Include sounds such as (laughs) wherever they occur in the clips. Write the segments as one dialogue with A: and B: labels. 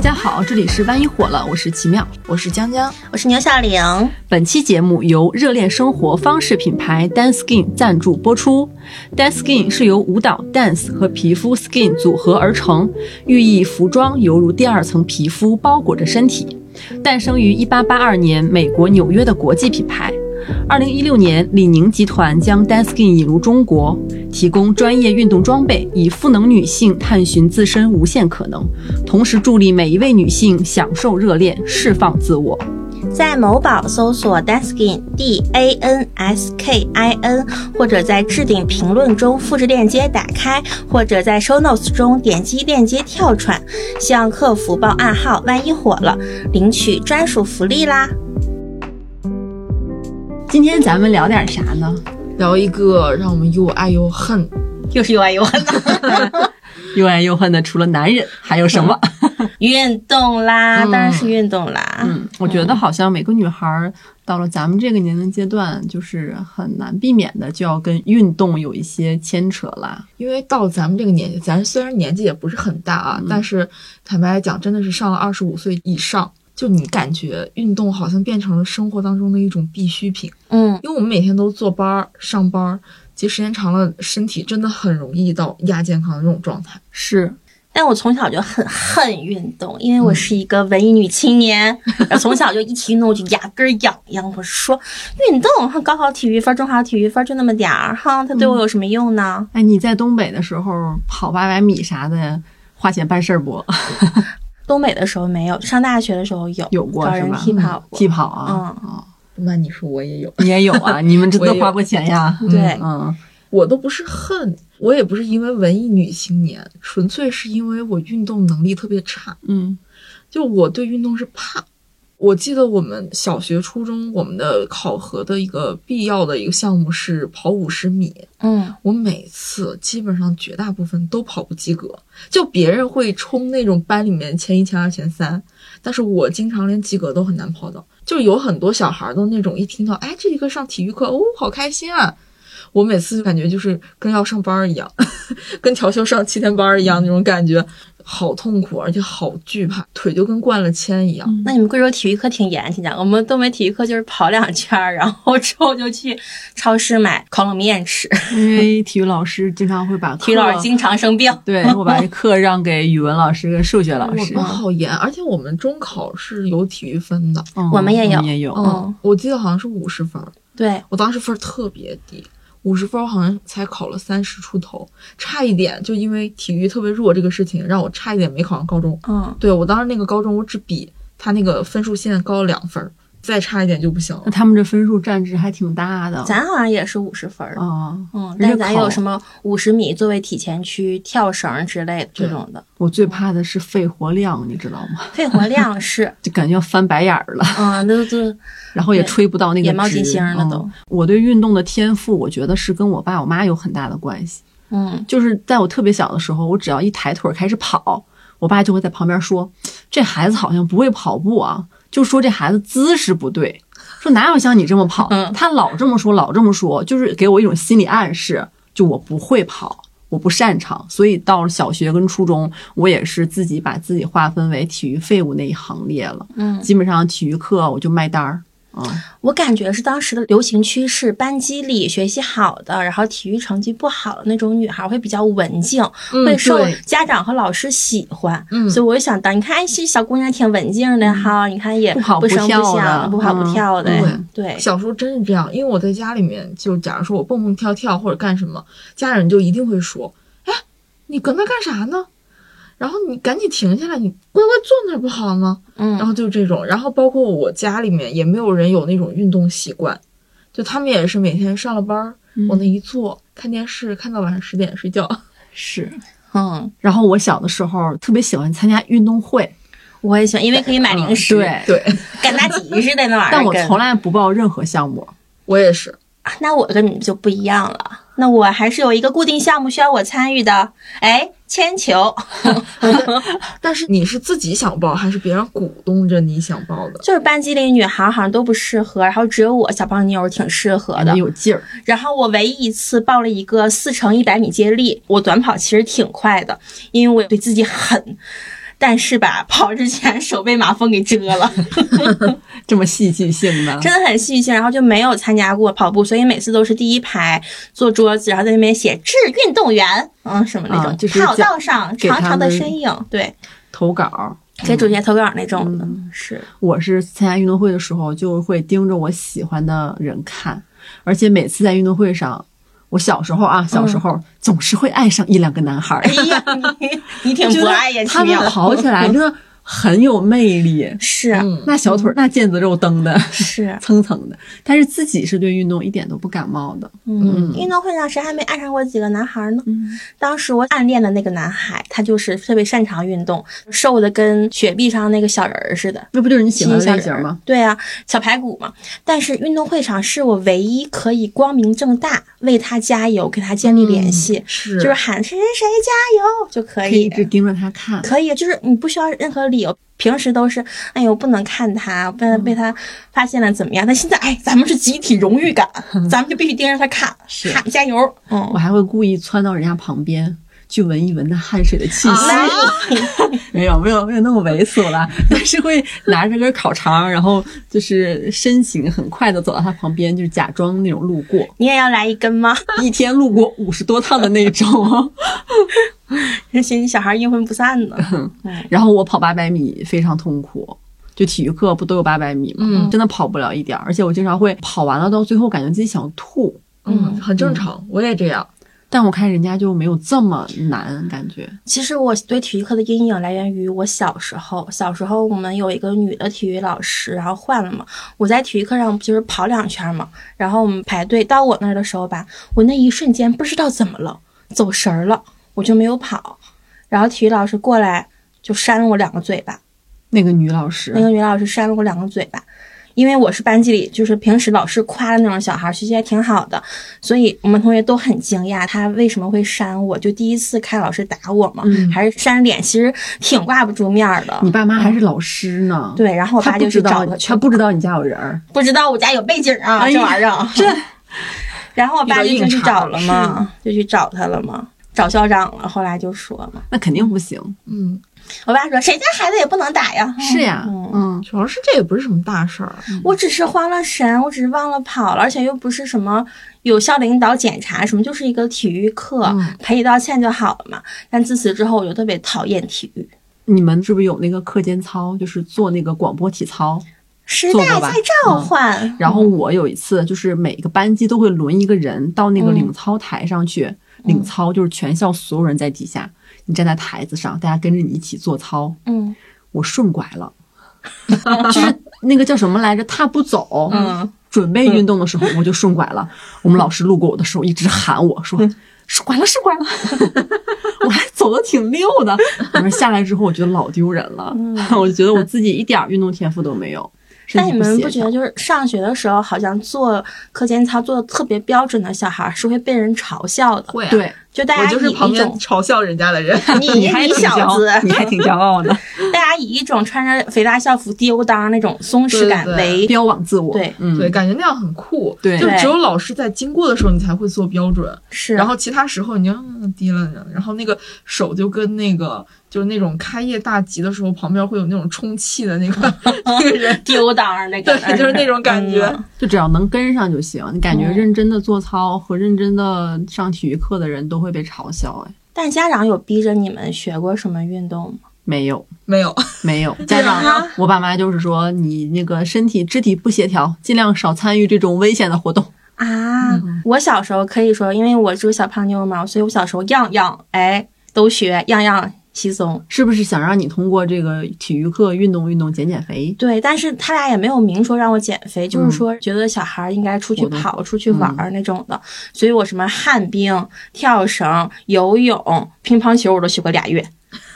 A: 家好，这里是万一火了，我是奇妙。
B: 我是江江，
C: 我是牛小玲，
A: 本期节目由热恋生活方式品牌 Dan Skin 赞助播出。Dan Skin 是由舞蹈 dance 和皮肤 skin 组合而成，寓意服装犹如第二层皮肤包裹着身体。诞生于1882年美国纽约的国际品牌。2016年，李宁集团将 Dan Skin 引入中国，提供专业运动装备，以赋能女性探寻自身无限可能，同时助力每一位女性享受热恋，释放自我。
C: 在某宝搜索 Danskin D A N S K I N，或者在置顶评论中复制链接打开，或者在 Show Notes 中点击链接跳转，向客服报暗号“万一火了”，领取专属福利啦！
A: 今天咱们聊点啥呢？
B: 聊一个让我们又爱又恨。
C: 又是又爱又恨的
A: 又爱又恨的，除了男人还有什么？
C: 运动啦，
B: 嗯
C: 当然是运动啦。
A: 嗯，我觉得好像每个女孩儿到了咱们这个年龄阶段，就是很难避免的就要跟运动有一些牵扯啦。
B: 因为到咱们这个年纪，咱虽然年纪也不是很大啊，但是坦白来讲，真的是上了二十五岁以上，就你感觉运动好像变成了生活当中的一种必需品。
C: 嗯
B: 因为我们每天都坐班儿、上班儿，其实时间长了，身体真的很容易到亚健康的那种状态。
A: 是，
C: 但我从小就很恨运动，因为我是一个文艺女青年， (laughs) 然后从小就一提运动我就牙根儿痒痒。我说运动，哼高考体育分、中考体育分就那么点儿，哈，它对我有什么用呢？
A: 哎，你在东北的时候跑八百米啥的，花钱办事儿 (laughs) 不？
C: 东北的时候没有，上大学的时候有
A: 有过
C: 找
A: 是
C: 人
A: 吧？
C: 踢跑过，
A: 踢跑啊，
C: 嗯
A: 哦
B: 那你说我也有，
A: 你也有 (laughs) 啊？你们真的
B: 我也有
A: 花过钱呀？
C: 对，
A: 嗯，
B: 我都不是恨，我也不是因为文艺女青年，纯粹是因为我运动能力特别差。
A: 嗯
B: 就我对运动是怕。我记得我们小学、初中，我们的考核的一个必要的一个项目是跑五十米。
C: 嗯，
B: 我每次基本上绝大部分都跑不及格，就别人会冲那种班里面前一、前二、前三，但是我经常连及格都很难跑到。就有很多小孩儿都那种一听到，哎，这节课上体育课，哦，好开心啊！我每次就感觉就是跟要上班儿一样， (laughs) 跟调休上七天班儿一样那种感觉，好痛苦，而且好惧怕，腿就跟灌了铅一样。
A: 嗯
C: 那你们贵州体育课挺严，挺讲。我们东北体育课就是跑两圈儿，然后之后就去超市买烤冷面吃。 (laughs)
A: 因为体育老师经常会把
C: 体育老
A: 课
C: 师经常生病，
A: 对我把课让给语文老师跟数学嗯老
B: 我
A: 师啊
B: 们，好严，而且我们中考是有体育分的，
A: 嗯
C: 我们也有
A: 也有，
C: 嗯，
B: 我记得好像是五十分儿。
C: 对，
B: 我当时分儿特别低，五十分儿好像才考了三十出头，差一点就因为体育特别弱这个事情，让我差一点没考上高中。
C: 嗯，
B: 对我当时那个高中，我只比他那个分数线高了两分儿，再差一点就不行了
A: 那。他们这分数占值还挺大的。
C: 咱好像也是五十分儿。
A: 啊，
C: 嗯，
A: 人家
C: 但咱
A: 考
C: 有什么五十米作为体前区、跳绳之类的这种的，
A: 我最怕的是肺活量，你知道吗？，
C: 肺活量是
A: (laughs) 就感觉要翻白眼儿了，
C: 嗯，那都
A: 然后也
C: 对
A: 吹不到那个
C: 眼冒金
A: 值
C: 星了都
A: 嗯我对运动的天赋，我觉得是跟我爸我妈有很大的关系。
C: 嗯，
A: 就是在我特别小的时候，我只要一抬腿儿开始跑，我爸就会在旁边说：“这孩子好像不会跑步啊，就说这孩子姿势不对，说哪有像你这么跑。
C: 嗯
A: 他老这么说，老这么说，就是给我一种心理暗示，就我不会跑。我不擅长，所以到了小学跟初中，我也是自己把自己划分为体育废物那一行列了。
C: 嗯
A: 基本上体育课我就卖单儿，嗯，
C: 我感觉是当时的流行趋势，班级里学习好的，然后体育成绩不好的那种女孩会比较文静，
B: 嗯
C: 会受
B: 对
C: 家长和老师喜欢，
B: 嗯
C: 所以我就想当，你看，哎，这小姑娘挺文静的哈，你看也
A: 嗯不跑不
C: 声
A: 跳
C: 不
A: 的
C: 响，不跑不
A: 嗯
C: 跳的，
B: 嗯
C: 对，
B: 小时候真是这样，因为我在家里面，就假如说我蹦蹦跳跳或者干什么，家人就一定会说：“哎，你搁那干啥呢？然后你赶紧停下来，你乖乖坐那儿不好吗？”然
C: 嗯，
B: 后就这种，然后包括我家里面也没有人有那种运动习惯，就他们也是每天上了班儿
A: 嗯
B: 往那一坐，看电视看到晚上十点睡觉。 (laughs)
A: 是。
C: 嗯，
A: 然后我小的时候特别喜欢参加运动会，
C: 我也喜欢，因为可以买零食，
A: 嗯对，
B: 对
A: (laughs)
C: 赶大集似的那玩意儿，
A: 但我
C: 跟
A: 从来不报任何项目。
B: 我也是，
C: 啊那我跟你们就不一样了，那我还是有一个固定项目需要我参与的，哎，铅球，
B: 但是你是自己想报还是别人鼓动着你想报的？
C: 就是班级里女孩好像都不适合，然后只有我小胖妞儿挺适合的
A: 你。有劲儿，
C: 然后我唯一一次报了一个四乘一百米接力，我短跑其实挺快的，因为我对自己狠。但是吧，跑之前手被马蜂给蛰了，
A: (laughs) 这么戏剧性的，
C: 真的很戏剧性。然后就没有参加过跑步，所以每次都是第一排坐桌子，然后在那边写“致运动员”嗯什么那种，
A: 啊就是
C: 跑道上
A: 给他
C: 长长的
A: 们
C: 身影，对，
A: 投稿。
C: 给主角投稿那种的，是
A: 我是参加运动会的时候，就会盯着我喜欢的人看，而且每次在运动会上，我小时候啊，小时候总是会爱上一两个男孩儿，
C: (laughs)
A: (laughs)
C: 嗯哎呀，你你挺
A: 觉
C: 博
A: 得
C: 爱呀，奇
A: 他们
C: 妙。
A: 跑起来真的很有魅力，
C: 是
B: 嗯，
A: 那小腿儿那腱子肉蹬的。
C: 是，嗯
A: 蹭蹭的，但是自己是对运动一点都不感冒的。
C: 嗯，运动会上谁还没爱上过几个男孩呢？
A: 嗯，
C: 当时我暗恋的那个男孩，他就是特别擅长运动，瘦的跟雪碧上那个小人儿似的。
A: 那不就是你喜欢的
C: 小
A: 类
C: 人
A: 型
C: 儿
A: 吗？？
C: 对啊，小排骨嘛。但是运动会上是我唯一可以光明正大为他加油，给他建立联系，
B: 是
C: 嗯就是喊谁谁谁加油就可
A: 可
C: 以
A: 以一直盯着他看。
C: 可以，就是你不需要任何理由。平时都是，哎呦，不能看他，不然被他发现了怎么样？但现在，哎，咱们是集体荣誉感，咱们就必须盯着他看，
A: 是
C: 看加油，嗯
A: 我，还会故意窜到人家旁边去闻一闻那汗水的气息。
B: 啊
A: (laughs) 没有，没有，没有那么猥琐了， (laughs) 但是会拿着根烤肠，然后就是身形很快的走到他旁边，就是假装那种路
C: (laughs)
A: 过，
C: (laughs) 你也要来一根吗？ (laughs)
A: 一天路过五十多趟的那种。 (laughs)
C: 这些小孩阴魂不散呢。嗯
A: 然后我跑八百米非常痛苦。就体育课不都有八百米吗？
B: 嗯
A: 真的跑不了一点儿，而且我经常会跑完了到最后感觉自己想吐，
B: 嗯，很正常，我也这样。
A: 但我看人家就没有这么难，感觉
C: 其实我对体育课的阴影来源于我小时候。小时候我们有一个女的体育老师，然后换了嘛。我在体育课上不就是跑两圈嘛，然后我们排队到我那儿的时候吧，我那一瞬间不知道怎么了，走神儿了，我就没有跑。然后体育老师过来就扇了我两个嘴巴，
A: 那个女老师
C: 那个女老师扇了我两个嘴巴，因为我是班级里就是平时老师夸的那种小孩，学习还挺好的，所以我们同学都很惊讶，她为什么会扇我？就第一次看老师打我嘛，
A: 嗯
C: 还是扇脸，其实挺挂不住面儿的
A: 你。爸妈还是老师呢，
C: 对，然后我
A: 他
C: 爸
A: 不
C: 就
A: 知
C: 去
A: 道
C: 找个
A: 他不知道你家有人儿，
C: 不知道我家有背景啊，
A: 哎
C: 这
A: 呀
C: 玩意儿。这，然后我爸就
A: 遇到
C: 就
A: 硬
C: 去
A: 茬
C: 找了嘛，就去找他了嘛，找校长了。后来就说嘛，
A: 那肯定不行。
B: 嗯，
C: 我爸说谁家孩子也不能
A: (laughs)
C: 打呀。
A: 是呀，嗯，
B: 主要是这也不是什么大事儿，
C: 我只是慌了神，我只是忘了跑了，而且又不是什么有校领导检查什么，就是一个体育课，
B: 嗯
C: 赔礼道歉就好了嘛。但自此之后，我就特别讨厌体育。
A: 你们是不是有那个课间操，就是做那个广播体操？
C: 时
A: 做
C: 代
A: 过
C: 在
A: 吧
C: 召
B: 嗯
C: 唤，
A: 然后我有一次就是每个班级都会轮一个人到那个
C: 嗯
A: 领操台上去、领操，就是全校所有人在底下，你站在台子上，大家跟着你一起做操。
C: 嗯
A: 我顺拐了，就是那个叫什么来着，踏步走，
C: 嗯，
A: 准备运动的时候，我就顺拐了。我们老师路过我的时候，一直喊我说：“
C: 嗯
A: 顺拐了，顺拐了。” (laughs) 我还走的挺溜的。我说下来之后，我觉得老丢人了，
C: 嗯
A: (laughs) 我就觉得我自己一点儿运动天赋都没有。身
C: 但
A: 体
C: 你们
A: 协
C: 不觉得
A: 调
C: 就是上学的时候，好像做课间操做的特别标准的小孩儿是会被人嘲笑的？
B: 会啊
A: 对，
C: 就大
B: 我
C: 家
B: 就是
C: 以
B: 旁
C: 一
B: 边 (laughs)
C: 种
B: 嘲笑人家的人。
C: 你你
A: 还挺骄
C: 小
A: 傲
C: 子，
A: 你还挺骄傲
C: (laughs)
A: 的，
C: 大家以一种穿着肥大校服丢裆那种松弛
B: 对
C: 感
B: 对
C: 为
A: 标榜自我。
C: 对
A: 嗯，
B: 对，感觉那样很酷。
A: 对
B: 就只有老师在经过的时候，你才会做标准，
C: 是，
B: 然后其他时候你就嗯低了，然后那个手就跟那个就是那种开业大吉的时候，旁边会有那种充气的那个 (laughs) 那个人，
C: 丢裆儿那个
B: 对
C: 那儿，
B: 就是那种感觉。
C: 嗯
A: 就只要能跟上就行。你感觉
C: 嗯
A: 认真的做操和认真的上体育课的人都会被嘲笑，哎，
C: 但家长有逼着你们学过什么运动吗？
A: 没有。
B: 没有，
A: 没有，家
C: 啊
A: 长，我爸妈就是说，你那个身体肢体不协调，尽量少参与这种危险的活动。
C: 啊，我小时候可以说，因为我是个小胖妞嘛，所以我小时候样样哎都学，样样稀松。
A: 是不是想让你通过这个体育课运动运动减减肥？
C: 对，但是他俩也没有明说让我减肥，就是
A: 嗯
C: 说觉得小孩儿应该出去
A: 活动
C: 跑、出去玩儿那种的。所以我什么旱冰、跳绳、游泳、乒乓球我都学过俩 (laughs) 月。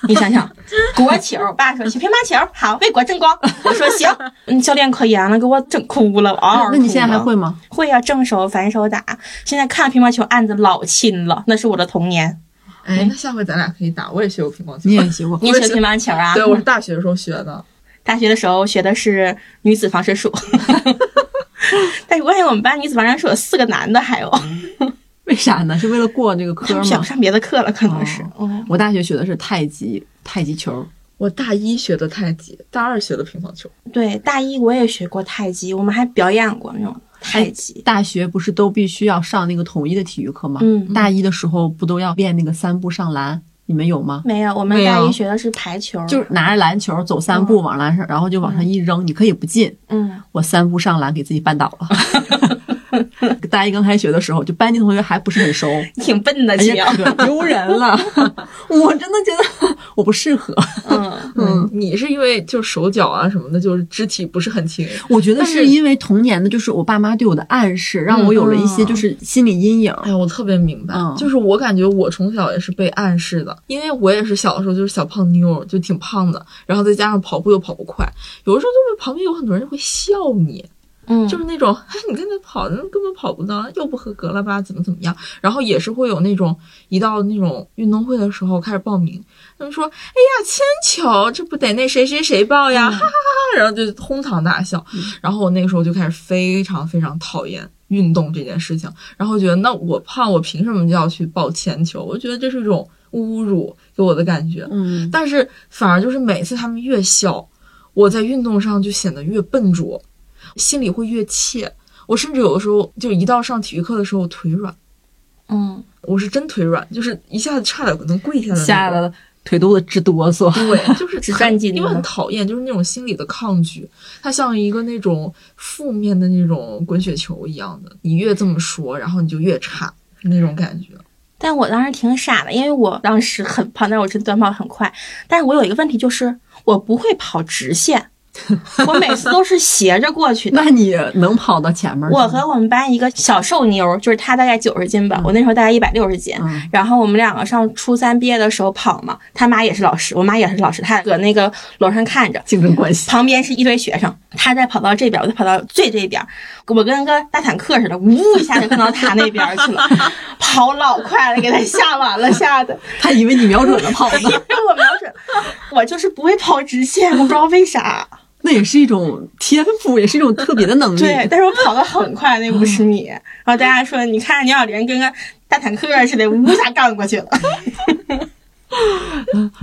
C: 你想想，国球，我爸说学乒乓球好，为国争光。我说 (laughs) 行，嗯，教练可严了，给我整哭了，我嗷嗷哭
A: 那你现在还
C: 了
A: 会
C: (laughs)
A: 吗？
C: 会啊，正手反手打。现在看乒乓球案子老亲了，那是我的童年。
B: 哎，那下回咱俩可以打，我也学过乒乓球
A: 你。也学过？
C: 你也学乒乓球啊？
B: (laughs) 对，我是大学的时候学的，
C: 大学的时候学的是女子防身术。但是我发现我们班女子防身术有四个男的，还有
A: 为啥呢？是为了过这个
C: 他
A: 科
C: 们选不
A: 吗？哦
C: 上别的课了，可能是。嗯
A: 我大学学的是太极，太极球，
B: 我大一学的太极，大二学的乒乓球。
C: 对，大一我也学过太极，我们还表演过那种太极。
A: 大学不是都必须要上那个统一的体育课吗？
C: 嗯，
A: 大一的时候不都要练那个三步上篮？你们有吗？
C: 没有，我们
B: 没有
C: 大一学的是排球，
A: 就是拿着篮球走三步往篮上，然后就往上一扔，你可以不进。
C: 嗯，
A: 我三步上篮给自己绊倒了。 (laughs) 大一刚开学的时候，就班级同学还不是很熟，
C: 挺笨的，
A: 哎
C: 其实
A: 呀，， (laughs) 可丢人了。我真的觉得我不适合，
C: 嗯，
B: 嗯，你是因为就手脚啊什么的，就是肢体不是很轻。
A: 我觉得
B: 但是
A: 是因为童年的就是我爸妈对我的暗示，让我有了一些就是心理阴影。
B: 哎呀，我特别明白，
A: 嗯
B: 就是我感觉我从小也是被暗示的，因为我也是小的时候就是小胖妞，就挺胖的，然后再加上跑步又跑不快，有的时候就会旁边有很多人会笑你，
C: 嗯，
B: 就是那种，哎，你看他跑，那根本跑不到，又不合格了吧？怎么怎么样？然后也是会有那种，一到那种运动会的时候开始报名，他们说，哎呀，铅球，这不得那谁谁谁报呀，哈哈哈哈！然后就哄堂大笑。然后我那个时候就开始非常非常讨厌运动这件事情，然后觉得那我胖，我凭什么就要去报铅球？我觉得这是一种侮辱给我的感觉。
A: 嗯，
B: 但是反而就是每次他们越笑，我在运动上就显得越笨拙，心里会越怯。我甚至有的时候就一到上体育课的时候，我腿软，
C: 嗯，
B: 我是真腿软，就是一下子差点能跪下来那种。
A: 嗯吓得腿肚子直哆嗦。
B: 对，就是
C: 只
B: 很
C: 站进
B: 因为
C: 了
B: 很讨厌，就是那种心理的抗拒，它像一个那种负面的那种滚雪球一样的，你越这么说，然后你就越差那种感觉。
C: 但我当时挺傻的，因为我当时很胖，但是我真短跑很快。但是我有一个问题就是，我不会跑直线，我每次都是斜着过去的。
A: 那你能跑到前面去吗？
C: 我和我们班一个小瘦妞，就是她大概九十斤吧，我那时候大概一百六十斤。
A: 嗯
C: 然后我们两个上初三毕业的时候跑嘛，她妈也是老师，我妈也是老师，她搁那个楼上看着，
A: 竞争关系。
C: 旁边是一堆学生，他在跑到这边，我就跑到最这边，我跟个大坦克似的，呜一下就奔到他那边 (laughs) 去了，跑老快了，给他吓完了，吓得哎
A: 他以为你瞄准了跑呢， (laughs)
C: 我瞄准，我就是不会跑直线，我不知道为 (laughs) 啥，
A: 那也是一种天赋，也是一种特别的能力。
C: 对，但是我跑得很快，那五十米，然后大家说，你看牛小玲跟个大坦克似的，呜一下干过去了，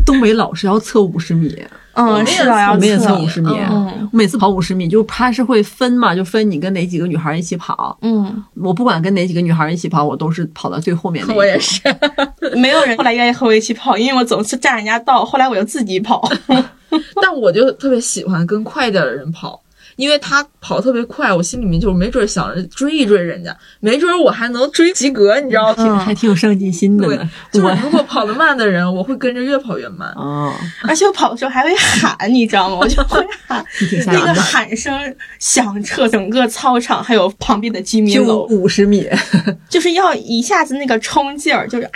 A: 东北老是要测五十米，
C: 嗯， (laughs) 是的，
A: 我
C: 要
A: 们也测
C: 测
A: 啊五十米。
C: 嗯
A: 我每次跑五十米，就他是会分嘛，就分你跟哪几个女孩一起跑。
C: 嗯，
A: 我不管跟哪几个女孩一起跑，我都是跑到最后面那一个。
B: 我也是，
C: 没有人后来愿意和我一起跑，因为我总是占人家道，后来我就自己跑。
B: (laughs) 但我就特别喜欢跟快点儿的人跑，因为他跑特别快，我心里面就没准想着追一追人家，没准我还能追及格，你知道吗？
A: 挺还挺有上进心的
B: 对
A: 呢。，
B: 就是
A: 我
B: 如果跑得慢的人，我会跟着越跑越慢。
A: 哦，
C: 而且我跑的时候还会喊，你知道吗？我就会喊，
A: (laughs) 你挺吓
C: 那
A: 人
C: 个
A: 的。
C: 喊声响彻整个操场，还有旁边的居民
A: 就
C: 楼，
A: 五十米，
C: 就是要一下子那个冲劲儿，就是啊，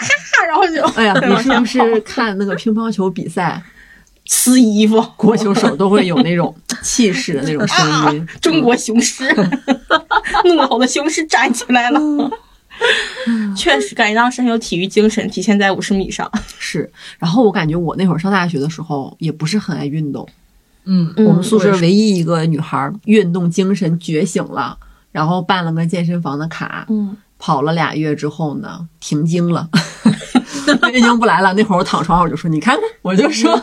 C: 然后就 (laughs)
A: 哎呀，
C: 对
A: 你
C: 往
A: 是
C: 上
A: 不
C: 跑
A: 是看那个乒乓球比赛，
C: 撕衣服
A: 国球手都会有那种气势的那种
C: 啊
A: 声
C: (laughs)
A: 音？，
C: 中国雄狮，
A: 嗯
C: (laughs) 怒吼的雄狮站起来了。 (laughs) 确实，感觉当时很有体育精神体现在五十米上。
A: 是。然后我感觉我那会儿上大学的时候也不是很爱运动，
B: 嗯，
A: 我们宿
B: 我也
A: 舍
B: 是
A: 唯一一个女孩儿运动精神觉醒了，然后办了个健身房的卡，
C: 嗯，
A: 跑了俩月之后呢，停经了， (laughs) 月经不来了。那会儿我躺床上我就说，你看看，我就说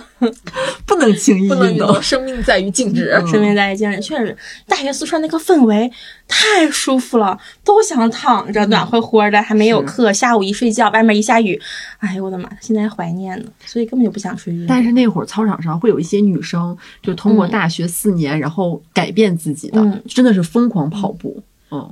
A: 不能轻易
B: 不能
A: 运
B: 运
A: 动
B: 动，。生命在于静止。
A: 嗯
C: 身边在家人，确实，大学宿舍那个氛围太舒服了，都想躺着，暖和和的，还没有
A: 嗯是
C: 课，下午一睡觉，外面一下雨，哎呦我的妈，现在怀念呢，所以根本就不想出去运动。
A: 但是那会儿操场上会有一些女生，就通过
C: 嗯
A: 大学四年，然后改变自己的，
C: 嗯
A: 真的是疯狂跑步。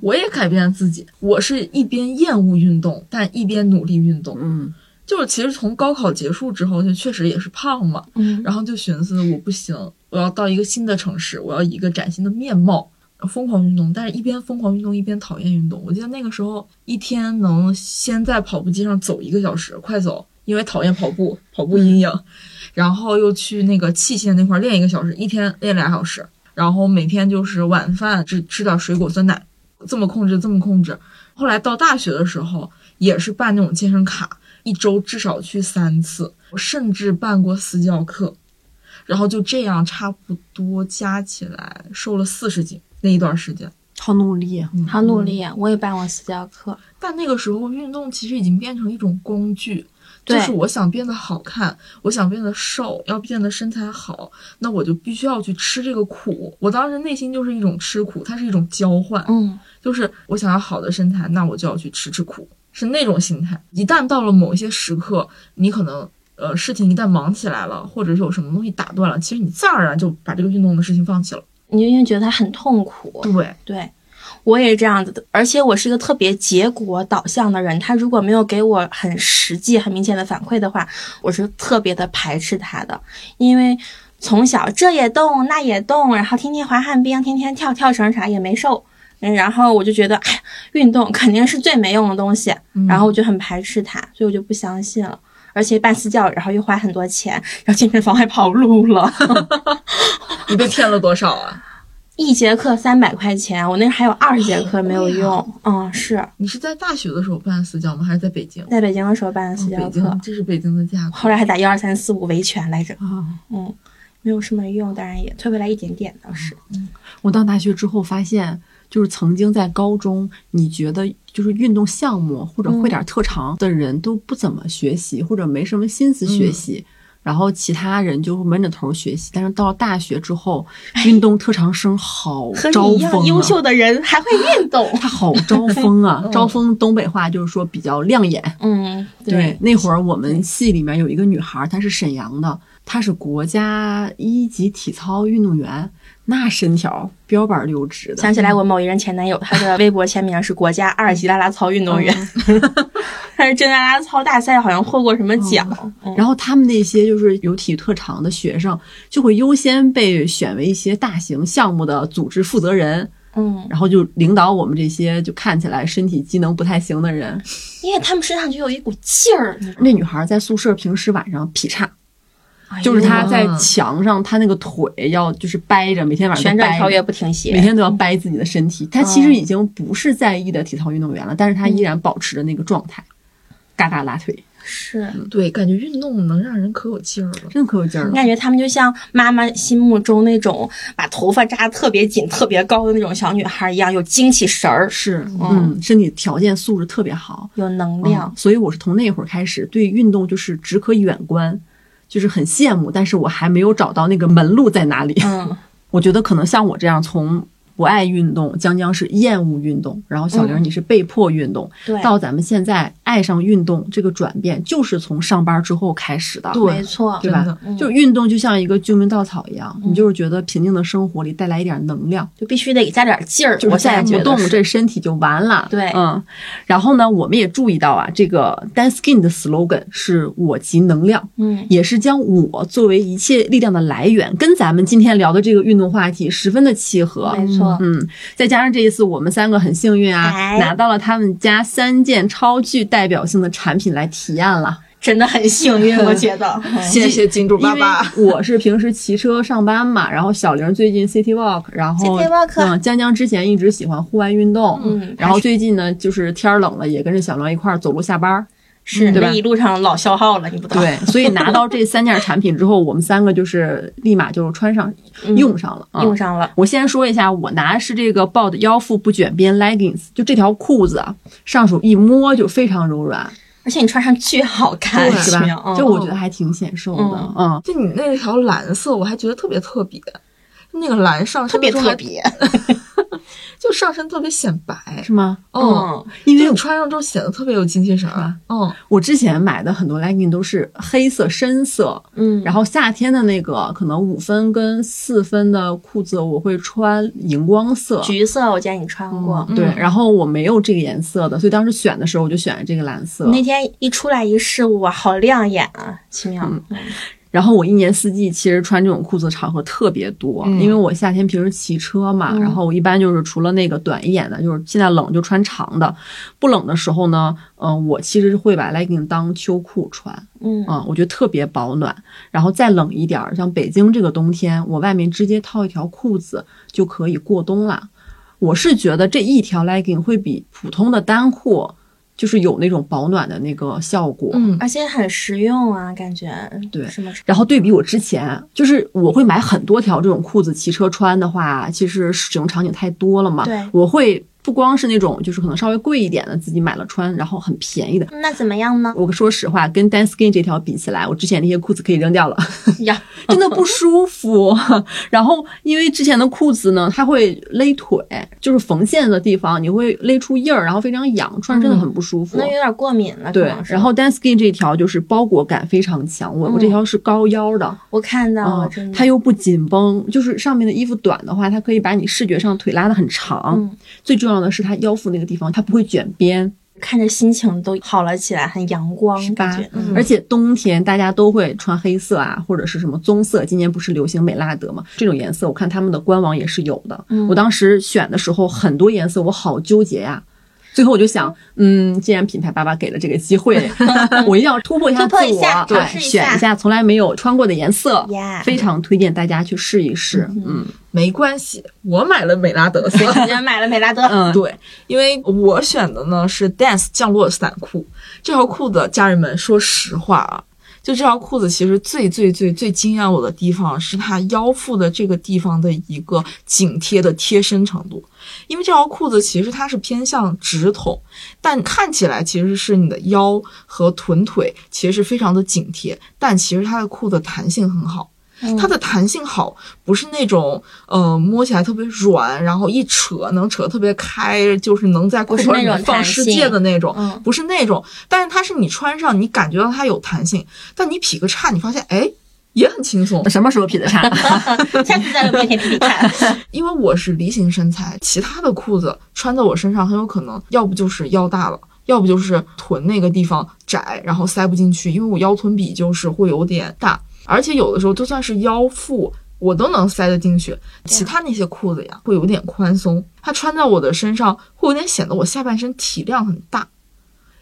B: 我也改变了自己，我是一边厌恶运动，但一边努力运动。
A: 嗯，
B: 就是其实从高考结束之后，就确实也是胖嘛，
C: 嗯，
B: 然后就寻思我不行，我要到一个新的城市，我要以一个崭新的面貌。疯狂运动，但是一边疯狂运动一边讨厌运动。我记得那个时候一天能先在跑步机上走一个小时，快走，因为讨厌跑步，跑步阴影。然后又去那个器械那块儿练一个小时，一天练俩小时，然后每天就是晚饭只吃点水果酸奶，这么控制，这么控制。后来到大学的时候，也是办那种健身卡，一周至少去三次，我甚至办过私教课，然后就这样差不多加起来瘦了四十斤那一段时间。
A: 好努力啊！
C: 好努力啊！我也办过私教课，
B: 但那个时候运动其实已经变成一种工具，
C: 对
B: 就是我想变得好看，我想变得瘦，要变得身材好，那我就必须要去吃这个苦。我当时内心就是一种吃苦，它是一种交换，
C: 嗯，
B: 就是我想要好的身材，那我就要去吃吃苦，是那种心态。一旦到了某一些时刻，你可能呃事情一旦忙起来了，或者是有什么东西打断了，其实你自然而然就把这个运动的事情放弃了。
C: 你就因为觉得它很痛苦。
B: 对，
C: 对，我也是这样子的，而且我是一个特别结果导向的人，他如果没有给我很实际、很明显的反馈的话，我是特别的排斥他的，因为。从小这也动那也动，然后天天滑旱冰，天天跳跳绳啥也没瘦，嗯，然后我就觉得，哎呀，运动肯定是最没用的东西，
B: 嗯
C: 然后我就很排斥它，所以我就不相信了。而且办私教，然后又花很多钱，然后健身房还跑路了。
B: 你被骗了多少啊？
C: 一节课三百块钱，我那还有二节课没
A: 哎
C: 有用。嗯，是
B: 你是在大学的时候办私教吗？还是在北京？
C: 在北京的时候办的私教
B: 哦北
C: 课，
B: 京，这是北京的价格
C: 后来还打幺二三四五维权来着。
A: 啊。
C: 嗯，没有什么用，当然也退回来一点点倒是。
A: 我到大学之后发现，就是曾经在高中，你觉得就是运动项目或者会
C: 嗯
A: 点特长的人都不怎么学习，或者没什么心思
C: 嗯
A: 学习。然后其他人就闷着头学习，但是到大学之后，运动特长生好
C: 哎和
A: 招
C: 你一
A: 风
C: 样
A: 啊！
C: 优秀哎的人还会
A: (laughs)
C: 运动。
A: 他好
C: (laughs)
A: 招风啊！
B: 嗯
A: 招风东北话就是说比较亮眼，
C: 嗯，
A: 对，，那会儿我们系里面有一个女孩儿，她是沈阳的，她是国家一级体操运动员，那身条标板儿溜直的。
C: 想起来我某一任前男友，他的微博签名是国家二级啦啦操运动员，
A: 嗯
C: (laughs) 他是真啦啦操大赛好像获过什么奖。嗯
A: 然后他们那些就是有体育特长的学生，就会优先被选为一些大型项目的组织负责人，
C: 嗯，
A: 然后就领导我们这些就看起来身体机能不太行的人。
C: 因为他们身上就有一股劲儿，你知道吗
A: 那女孩儿在宿舍平时晚上劈叉，就是
C: 哎呦
A: 她在
B: 哇
A: 墙上，她那个腿要就是掰着，每天晚上
C: 旋
A: 都
C: 转
A: 掰
C: 跳
A: 着
C: 跃不停歇，
A: 每天都要掰自己的身体。他其实已经不是在役的体操运动员了，但是他依然保持着那个状态，
C: 嗯
A: 嘎嘎拉腿，
C: 是。
B: 对，感觉运动能让人可有劲儿了。
A: 真的可有劲儿了。
C: 感觉她们就像妈妈心目中那种把头发扎得特别紧、特别高的那种小女孩一样，有精气神儿，
A: 是，
C: 嗯
A: 嗯，身体条件素质特别好，
C: 有能量
A: 嗯。所以我是从那会儿开始对运动就是只可远观，就是很羡慕，但是我还没有找到那个门路在哪里。
C: 嗯，
A: 我觉得可能像我这样从。不爱运动，江江是厌恶运动，然后小玲
C: 嗯
A: 你是被迫运动，
C: 对，
A: 到咱们现在爱上运动这个转变，就是从上班之后开始的。
B: 对
C: 没错，
A: (laughs) 对
B: 真
A: 吧
B: 的？
C: 嗯
A: 就运动就像一个救命稻草一样，
C: 嗯
A: 你就是觉得平静的生活里带来一点能量，
C: 就必须得加点劲儿。
A: 就是
C: 我现
A: 再
C: 在
A: 不
C: 觉
A: 动
C: 得是
A: 这身体就完了。
C: 对
A: 嗯。然后呢，我们也注意到啊，这个 Dance Skin 的 slogan 是“我即能量”，
C: 嗯，
A: 也是将我作为一切力量的来源，跟咱们今天聊的这个运动话题十分的契合。
C: 没错，
A: 嗯，再加上这一次我们三个很幸运啊，
C: 哎
A: 拿到了他们家三件超具代表性的产品来体验了。
C: 真的很幸运，我觉得。
B: 谢谢金主爸爸。
A: (laughs) 因为我是平时骑车上班嘛，然后小玲最近 City Walk，然后
C: City walk
A: 嗯，江江之前一直喜欢户外运动，
C: 嗯
A: 然后最近呢就是天儿冷了，也跟着小玲一块儿走路下班儿，
C: 是
A: 对吧
C: 那一路上老消耗了，你不懂。
A: 对，所以拿到这三件产品之后，我们三个就是立马就穿上、
C: 嗯
A: 用上了啊。
C: 用上了。
A: 我先说一下，我拿的是这个 BOD 腰腹不卷边 leggings，就这条裤子啊，上手一摸就非常柔软，
C: 而且你穿上巨好看，
B: 对
A: 是
C: 奇妙
A: 吧？
C: 嗯
A: 就我觉得还挺显瘦的
C: 嗯，
A: 嗯，
B: 就你那条蓝色，我还觉得特别特别，那个蓝上身
C: 特别
B: 的时候
C: 特
B: 还，
C: 别，
B: 就上身特别显白，
A: 是吗？
B: 嗯，
A: 因为
B: 就你穿上之后显得特别有精气神儿
A: 吧，
B: 嗯，
A: 我之前买的很多 legging 都是黑色、深色，
C: 嗯，
A: 然
C: 后
A: 后夏天的那个可能五分跟四分的裤子我会穿荧光色，
C: 橘色我见你穿过，
A: 对，
B: 嗯
A: 然后我没有这个颜色的，所以当时选的时候我就选了这个蓝色
C: 你。那天一出来一试，哇，好亮眼啊，奇妙。
A: 然后我一年四季其实穿这种裤子的场合特别多，
B: 嗯
A: 因为我夏天平时骑车嘛，
C: 嗯
A: 然后我一般就是除了那个短一点的，就是现在冷就穿长的，不冷的时候呢，嗯、我其实是会把 legging 当秋裤穿。
C: 嗯
A: 嗯，我觉得特别保暖。然后再冷一点儿，像北京这个冬天，我外面直接套一条裤子就可以过冬了。我是觉得这一条 legging 会比普通的单裤，就是有那种保暖的那个效果。
B: 嗯，
C: 而且很实用啊，感觉
A: 对
C: 什么
A: 然后对比我之前，就是我会买很多条这种裤子骑车穿的话，其实使用场景太多了嘛。
C: 对
A: 我会不光是那种就是可能稍微贵一点的自己买了穿，然后很便宜的。
C: 那怎么样
A: (laughs)
C: 呢？
A: 我说实话，跟 Danskin 这条比起来，我之前那些裤子可以扔掉了，
C: 呀，
A: 真的不舒服。 (laughs) 然后因为之前的裤子呢，它会勒腿，就是缝线的地方你会勒出印儿，然后非常痒，穿着真的很不舒服。
C: 嗯那有点过敏了。可
A: 对
C: 能，是
A: 然后 Danskin 这条就是包裹感非常强，我、我这
C: 嗯
A: 条是高腰的，
C: 我看到了，
A: 啊，
C: 真的，
A: 它又不紧绷，就是上面的衣服短的话，它可以把你视觉上腿拉得很长。
C: 嗯
A: 最重要的是它腰腹那个地方，它不会卷边，
C: 看着心情都好了起来，很阳光，
A: 是吧
C: 感觉。
B: 嗯
A: 而且冬天大家都会穿黑色啊，或者是什么棕色。今年不是流行美拉德嘛？这种颜色我看他们的官网也是有的。
C: 嗯
A: 我当时选的时候很多颜色，我好纠结呀、最后我就想，嗯，既然品牌爸爸给了这个机会，我一定要突破一下自
C: 突
A: 我，
C: 破一下
A: 对
C: 尝试一
A: 选
C: 下
A: 一下从来没有穿过的颜色
C: Yeah
A: 非常推荐大家去试一试。嗯
B: 没关系，我买了美拉德， (laughs) 所以
C: 我竟然买了美拉德，
A: 嗯，
B: 对，因为我选的呢是 Dance 降落伞裤，这条裤子，家人们，说实话啊，就这条裤子其实最最最最惊艳我的地方是它腰腹的这个地方的一个紧贴的贴身程度，因为这条裤子其实它是偏向直筒，但看起来其实是你的腰和臀腿其实是非常的紧贴，但其实它的裤子弹性很好。
C: 嗯
B: 它的弹性好，不是那种呃摸起来特别软，然后一扯能扯特别开，就是能在裤
C: 不是
B: 口里
C: 那
B: 面
C: 种
B: 放
C: 弹
B: 世
C: 性
B: 界的那种，
C: 嗯
B: 不是那种。但是它是你穿上，你感觉到它有弹性，但你劈个叉，你发现哎也很轻松
A: 那。呃什么时候劈的叉？
C: 下次在我面前比比看。
B: 因为我是梨形身材，其他的裤子穿在我身上很有可能要不就是腰大了。要不就是臀那个地方窄，然后塞不进去，因为我腰臀比就是会有点大，而且有的时候就算是腰腹，我都能塞得进去。其他那些裤子呀，会有点宽松，它穿在我的身上会有点显得我下半身体量很大，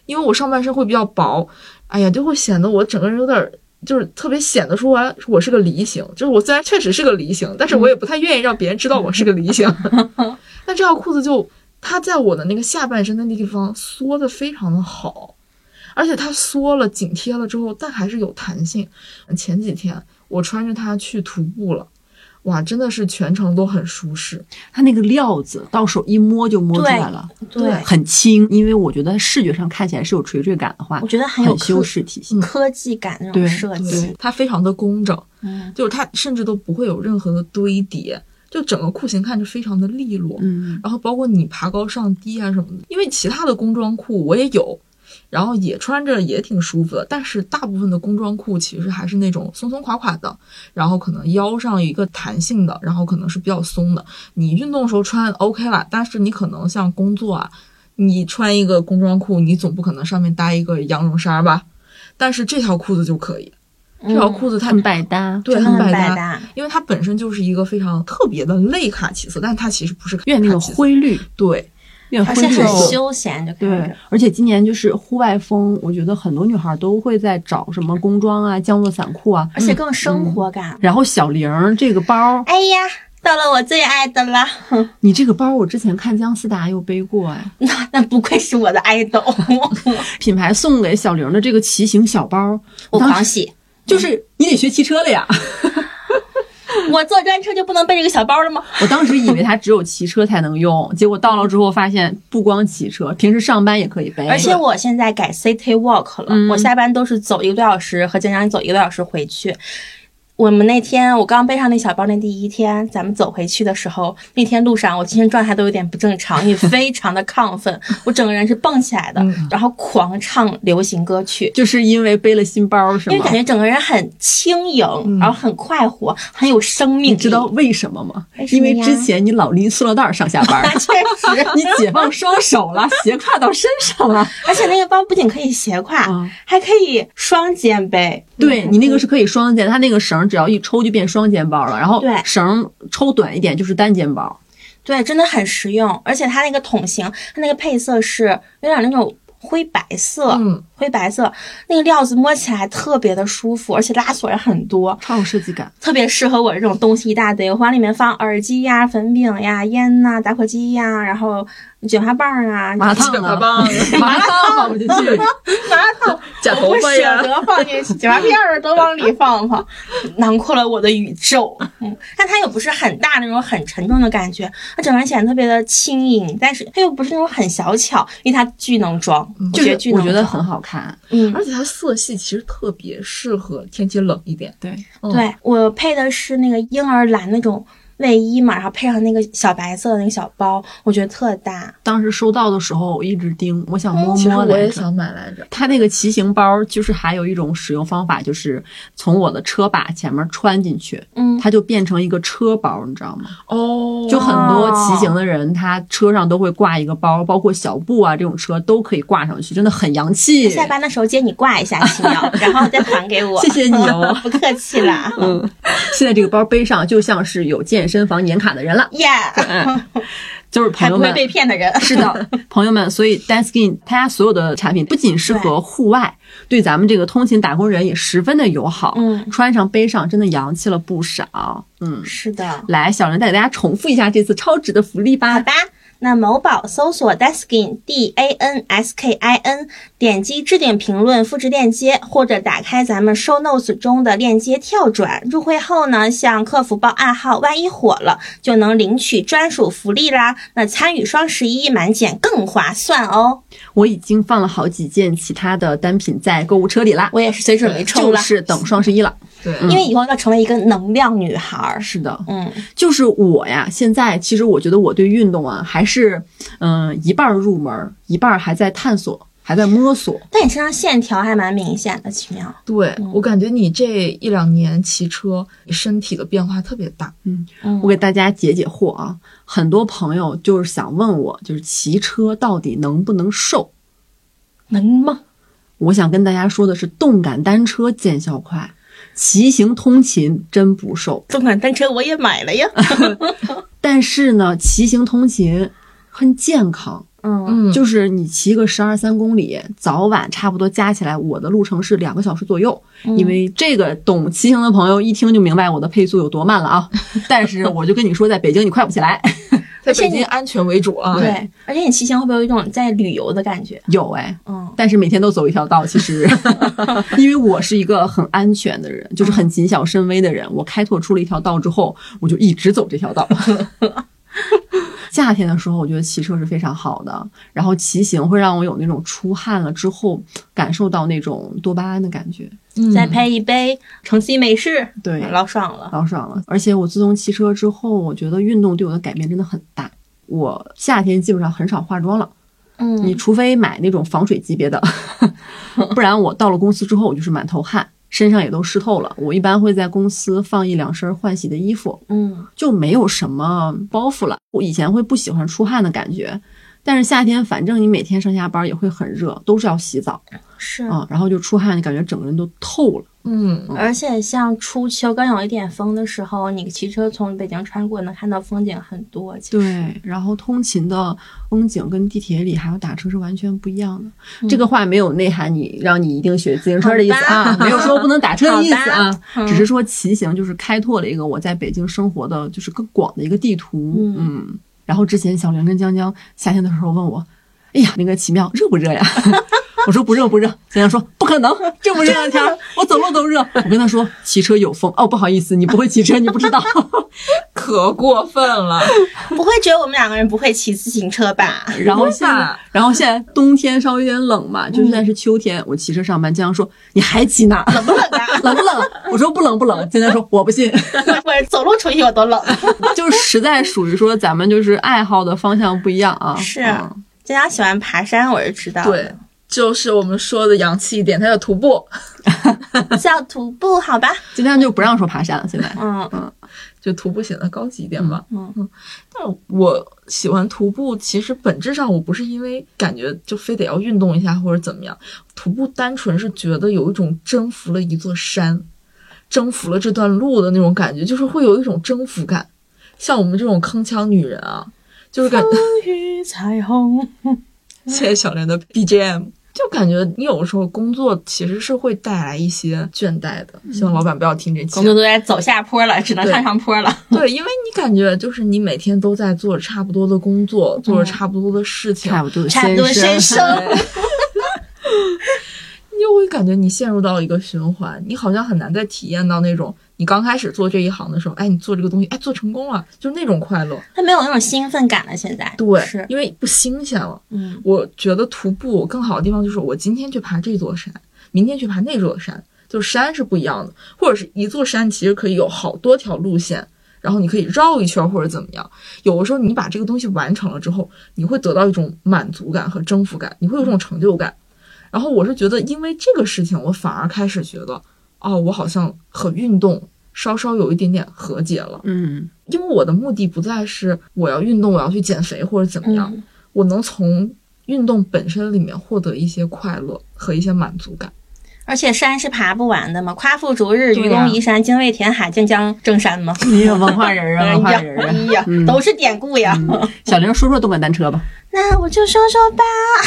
B: 因为我上半身会比较薄，哎呀，就会显得我整个人有点儿。就是特别显得出来，我是个梨形。就是我虽然确实是个梨形，但是我也不太愿意让别人知道我是个梨形。 (laughs) 那这条裤子就它在我的那个下半身的那地方缩的非常的好，而且它缩了紧贴了之后，但还是有弹性。前几天我穿着它去徒步了，哇，真的是全程都很舒适。
A: 它那个料子到手一摸就摸出来了，
C: 对，
A: 很轻，因为我觉得视觉上看起来是有垂坠感的话
C: 我，觉得很有
A: 很修
C: 科
A: 饰体系。
C: 科技感那种
A: 对
C: 设计
B: 对，，它非常的工整，
C: 嗯，
B: 就是它甚至都不会有任何的堆叠，就整个裤型看着非常的利落。
A: 嗯，
B: 然后包括你爬高上低啊什么的，因为其他的工装裤我也有，然后也穿着也挺舒服的，但是大部分的工装裤其实还是那种松松垮垮的，然后可能腰上有一个弹性的，然后可能是比较松的，你运动时候穿 OK 啦，但是你可能像工作啊，你穿一个工装裤，你总不可能上面搭一个羊绒衫儿吧？但是这条裤子就可以，这条裤子它、
A: 嗯很百搭，
B: 对
C: 真的
B: 很
C: 很
B: 百
C: 百
B: 搭，
C: 搭，
B: 因为它本身就是一个非常特别的类卡其色，但它其实不是卡
A: 愿那个
B: 其色
A: 灰绿，
B: 对。
A: 愿
C: 而
A: 灰
C: 且
A: 绿
C: 很
A: 色
C: 休闲，就看
A: 对
C: 着，
A: 而且今年就是户外风，我觉得很多女孩都会在找什么工装啊、降落伞裤啊，
C: 而且更生活感。
A: 然后小玲儿这个包，
C: 哎呀，到了我最爱的啦！
A: 你这个包我之前看姜思达有背过哎，
C: 那那不愧是我的爱豆，
A: 品牌送给小玲儿的这个骑行小包，
C: 我
A: 当时
C: 狂喜。
A: 就是你得学骑车了
C: (laughs)
A: 呀。
C: 我坐专车就不能背这个小包了吗？
A: 我当时以为它只有骑车才能用，结果到了之后发现不光骑车，平时上班也可以背。
C: 而且我现在改 City Walk 了，
A: 哎嗯
C: 我下班都是走一个多小时，和经常走一个多小时回去。我们那天我刚背上那小包那第一天，咱们走回去的时候，那天路上我精神状态都有点不正常，
A: (laughs)
C: 也非常的亢奋，我整个人是蹦起来的，
A: 嗯
C: 然后狂唱流行歌曲。
A: 就是因为背了新包是
C: 因为
A: 吗嗯
C: 感？觉整个人很轻盈，然后很快活，很有生命力。
A: 你知道为什么吗？
C: 为什
A: 因
C: 么呀
A: 为之前你老拎塑料袋儿上下班
C: (laughs)
A: 儿，
C: 确实，
A: 你解放双手
C: (laughs)
A: 了，斜挎到身上了。
C: 而且那个包不仅可以斜挎，
A: 嗯
C: 还可以双肩背。嗯
A: 对你那个是可以双肩，它那个绳儿只要一抽就变双肩包了，然后
C: 对
A: 绳儿抽短一点就是单肩包。
C: 对，真的很实用，而且它那个桶型，它那个配色是有点那种灰白色，
B: 嗯，
C: 灰白色，那个料子摸起来特别的舒服，而且拉锁也很多，
A: 超有设计感，
C: 特别适合我 (laughs) 这种东西一大堆，我往里面放耳机呀、粉饼呀、烟呐、打火机呀，然后卷发棒啊，
A: 麻辣烫
B: 卷发
A: 啊， (laughs)
B: 棒、
A: 麻辣烫放不进去，
C: 麻辣烫
A: (laughs)
B: 假头
C: 我不
B: 发
C: 舍
A: 啊
B: 呀，
C: 得放进去，卷发片儿都往里放
A: (laughs)
C: 放，囊括了我的宇宙。嗯，但它又不是很大那种很沉重的感觉，它整个人显得特别的轻盈，但是它又不是那种很小巧，因为它巨能装，我
A: 就
C: 觉
A: 是
C: 得巨
A: 我
C: 能
A: 觉得
C: 装。
A: 很好看。
C: 嗯，
B: 而且它色系其实特别适合天气冷一点。
A: 对，
B: 嗯
C: 对我配的是那个婴儿蓝那种卫衣嘛，然后配上那个小白色的那个小包，我觉得特搭。
A: 当时收到的时候我一直盯，我想
C: 嗯
A: 摸
B: 其实
A: 摸
B: 我
A: 来
B: 也
A: 着。
B: 想买来着，
A: 它那个骑行包就是还有一种使用方法，就是从我的车把前面穿进去，
C: 嗯，
A: 它就变成一个车包，你知道吗？
B: 哦
A: 就很多骑行的人，他车上都会挂一个包，包括小布啊这种车都可以挂上去，真的很洋气。
C: 下班的时候接你挂一下，新
A: (laughs)
C: 瑶，然后再还给我。
A: 谢谢你哦
C: (laughs) 不客气啦。
A: 嗯，现在这个包背上就像是有健身房年卡的人了，
C: 耶、
A: 就是
C: 还
A: 朋友
C: 不
A: 们
C: 会被骗
A: (laughs)
C: 的人。
A: 是
C: (laughs)
A: 的，朋友们，所以 Danskin 它所有的产品不仅适合户外，对咱们这个通勤打工人也十分的友好。
C: 嗯
A: 穿上背上真的洋气了不少。嗯，
C: 是的。
A: 来，小人再给大家重复一下这次超值的福利
C: 好
A: 吧。
C: 吧，那某宝搜索 Danskin D A N S K I N，点击置顶评论复制链接，或者打开咱们 show notes 中的链接跳转。入会后呢，向客服报暗号，万一火了就能领取专属福利啦。那参与双十一满减更划算哦。
A: 我已经放了好几件其他的单品在购物车里啦，
C: 我也是随准备
A: 就
C: 了，
A: 是等双十一了。
B: 对，
C: 因为以后要成为一个能量女孩儿。
A: 是的，
C: 嗯，
A: 就是我呀，现在其实我觉得我对运动啊，还是嗯、一半儿入门儿，一半儿还在探索，还在摸索。
C: 但你身上线条还蛮明显的，奇妙。
B: 对我感觉你这一两年骑车，你身体的变化特别大。
C: 嗯
A: 我给大家解解惑啊，很多朋友就是想问我，就是骑车到底能不能瘦？
C: 能吗？
A: 我想跟大家说的是，动感单车见效快，骑行通勤真不瘦。
C: 动感单车我也买了呀。
A: 但是呢，骑行通勤很健康，
C: 嗯
B: 嗯
A: 就是你骑个十二三公里，早晚差不多加起来，我的路程是两个小时左右。因为这个懂骑行的朋友一听就明白我的配速有多慢了 (laughs) 啊！但是我就跟你说，在北京你快不起来。
B: 在
C: 且
B: 北
C: 你
B: 京安全为主啊。
C: 对，而且你骑行会不会有一种在旅游的感觉？
A: 有哎，
C: 嗯，
A: 但是每天都走一条道，其实， (laughs) 因为我是一个很安全的人，就是很谨小慎微的人。我开拓出了一条道之后，我就一直走这条道。夏天的时候，我觉得骑车是非常好的，然后骑行会让我有那种出汗了之后感受到那种多巴胺的感觉，
B: 嗯，
C: 再配一杯橙西美式，
A: 对
C: 老爽了。
A: 老爽了。而且我自从骑车之后，我觉得运动对我的改变真的很大。我夏天基本上很少化妆了，你
C: 嗯，
A: 除非买那种防水级别的， (laughs) 不然我到了公司之后，我就是满头汗，身上也都湿透了。我一般会在公司放一两身换洗的衣服，
C: 嗯，
A: 就没有什么包袱了。我以前会不喜欢出汗的感觉，但是夏天反正你每天上下班也会很热，都是要洗澡
C: 是。
A: 啊、然后就出汗，感觉整个人都透了。
B: 嗯，
C: 而且像初秋刚有一点风的时候，你骑车从北京穿过，能看到风景很多。其实，
A: 对，然后通勤的风景跟地铁里还有打车是完全不一样的。这个话没有内涵你，让你一定学自行车的意思啊
C: 嗯好，吧
A: 没有说不能打车的意思
C: 好
A: 啊，
C: 嗯
A: 只是说骑行就是开拓了一个我在北京生活的就是更广的一个地图。
C: 嗯
A: 嗯，然后之前小玲跟江江夏天的时候问我，哎呀，那个奇妙热不热呀？ (laughs) 我说不热不热，江江说不可能，这么热的天儿，我走路都热。我跟他说骑车有风哦，不好意思，你不会骑车，你不知道。
B: 可过分了。
C: 不会觉得我们两个人不会骑自行车 (laughs) 吧？
A: (laughs)
C: 嗯
A: 然后
B: 不会
A: 现在
B: 吧，
A: 然后现在冬天稍微有点冷嘛，就现在是秋天，我骑车上班，江江说你还骑呢，
C: 冷不冷啊？
A: (laughs) 冷不冷？我说不冷不冷，江江说我不信， (laughs)
C: 我走路出去我都冷。
A: 就是实在属于说咱们就是爱好的方向不一样啊。
C: 是
A: 嗯
C: 经常喜欢爬山，我是知道。
B: 对，，就是我们说的洋气一点，它叫徒步，
C: 叫徒步，好吧？
A: 今天就不让说爬山了，现在
C: 嗯
B: 就徒步显得高级一点吧。
C: 嗯
B: 但我喜欢徒步，其实本质上我不是因为感觉就非得要运动一下或者怎么样，徒步单纯是觉得有一种征服了一座山，征服了这段路的那种感觉，就是会有一种征服感。像我们这种铿锵女人 (laughs) 啊，就是感
C: 风雨彩虹。
B: 谢谢小莲的 BGM。就感觉你有时候工作其实是会带来一些倦怠的，希
C: 嗯
B: 望老板不要听这期啊
C: 工。作都在走下坡了，只能
B: 对
C: 上上坡了。
B: 对，因为你感觉就是你每天都在做着差不多的工作，做着差不多的事情，
A: 嗯差不多
C: 差不多先生，
B: 你就会感觉你陷入到一个循环，你好像很难再体验到那种你刚开始做这一行的时候，哎，你做这个东西，哎，做成功了，就是那种快乐。
C: 他没有那种兴奋感了。现在
B: 对，
C: 是
B: 因为不新鲜了。
C: 嗯，
B: 我觉得徒步更好的地方就是，我今天去爬这座山，明天去爬那座山，就是山是不一样的，或者是一座山其实可以有好多条路线，然后你可以绕一圈或者怎么样。有的时候你把这个东西完成了之后，你会得到一种满足感和征服感，你会有一种成就感。然后我是觉得，因为这个事情，我反而开始觉得，哦，我好像和运动稍稍有一点点和解了，
A: 嗯，
B: 因为我的目的不再是我要运动，我要去减肥或者怎么样。
C: 嗯
B: 我能从运动本身里面获得一些快乐和一些满足感。
C: 而且山是爬不完的嘛，夸父逐日、
B: 对
C: 愚
B: 呀
C: 公移山、精卫填海、靖江正山嘛。
A: 你有文化
C: (laughs)
A: 人啊，文化
C: 哎呀
A: 人啊。
C: 呀
A: 嗯，
C: 都是典故呀。
A: 小玲说说动感单车吧。
C: (laughs) 那我就说说吧。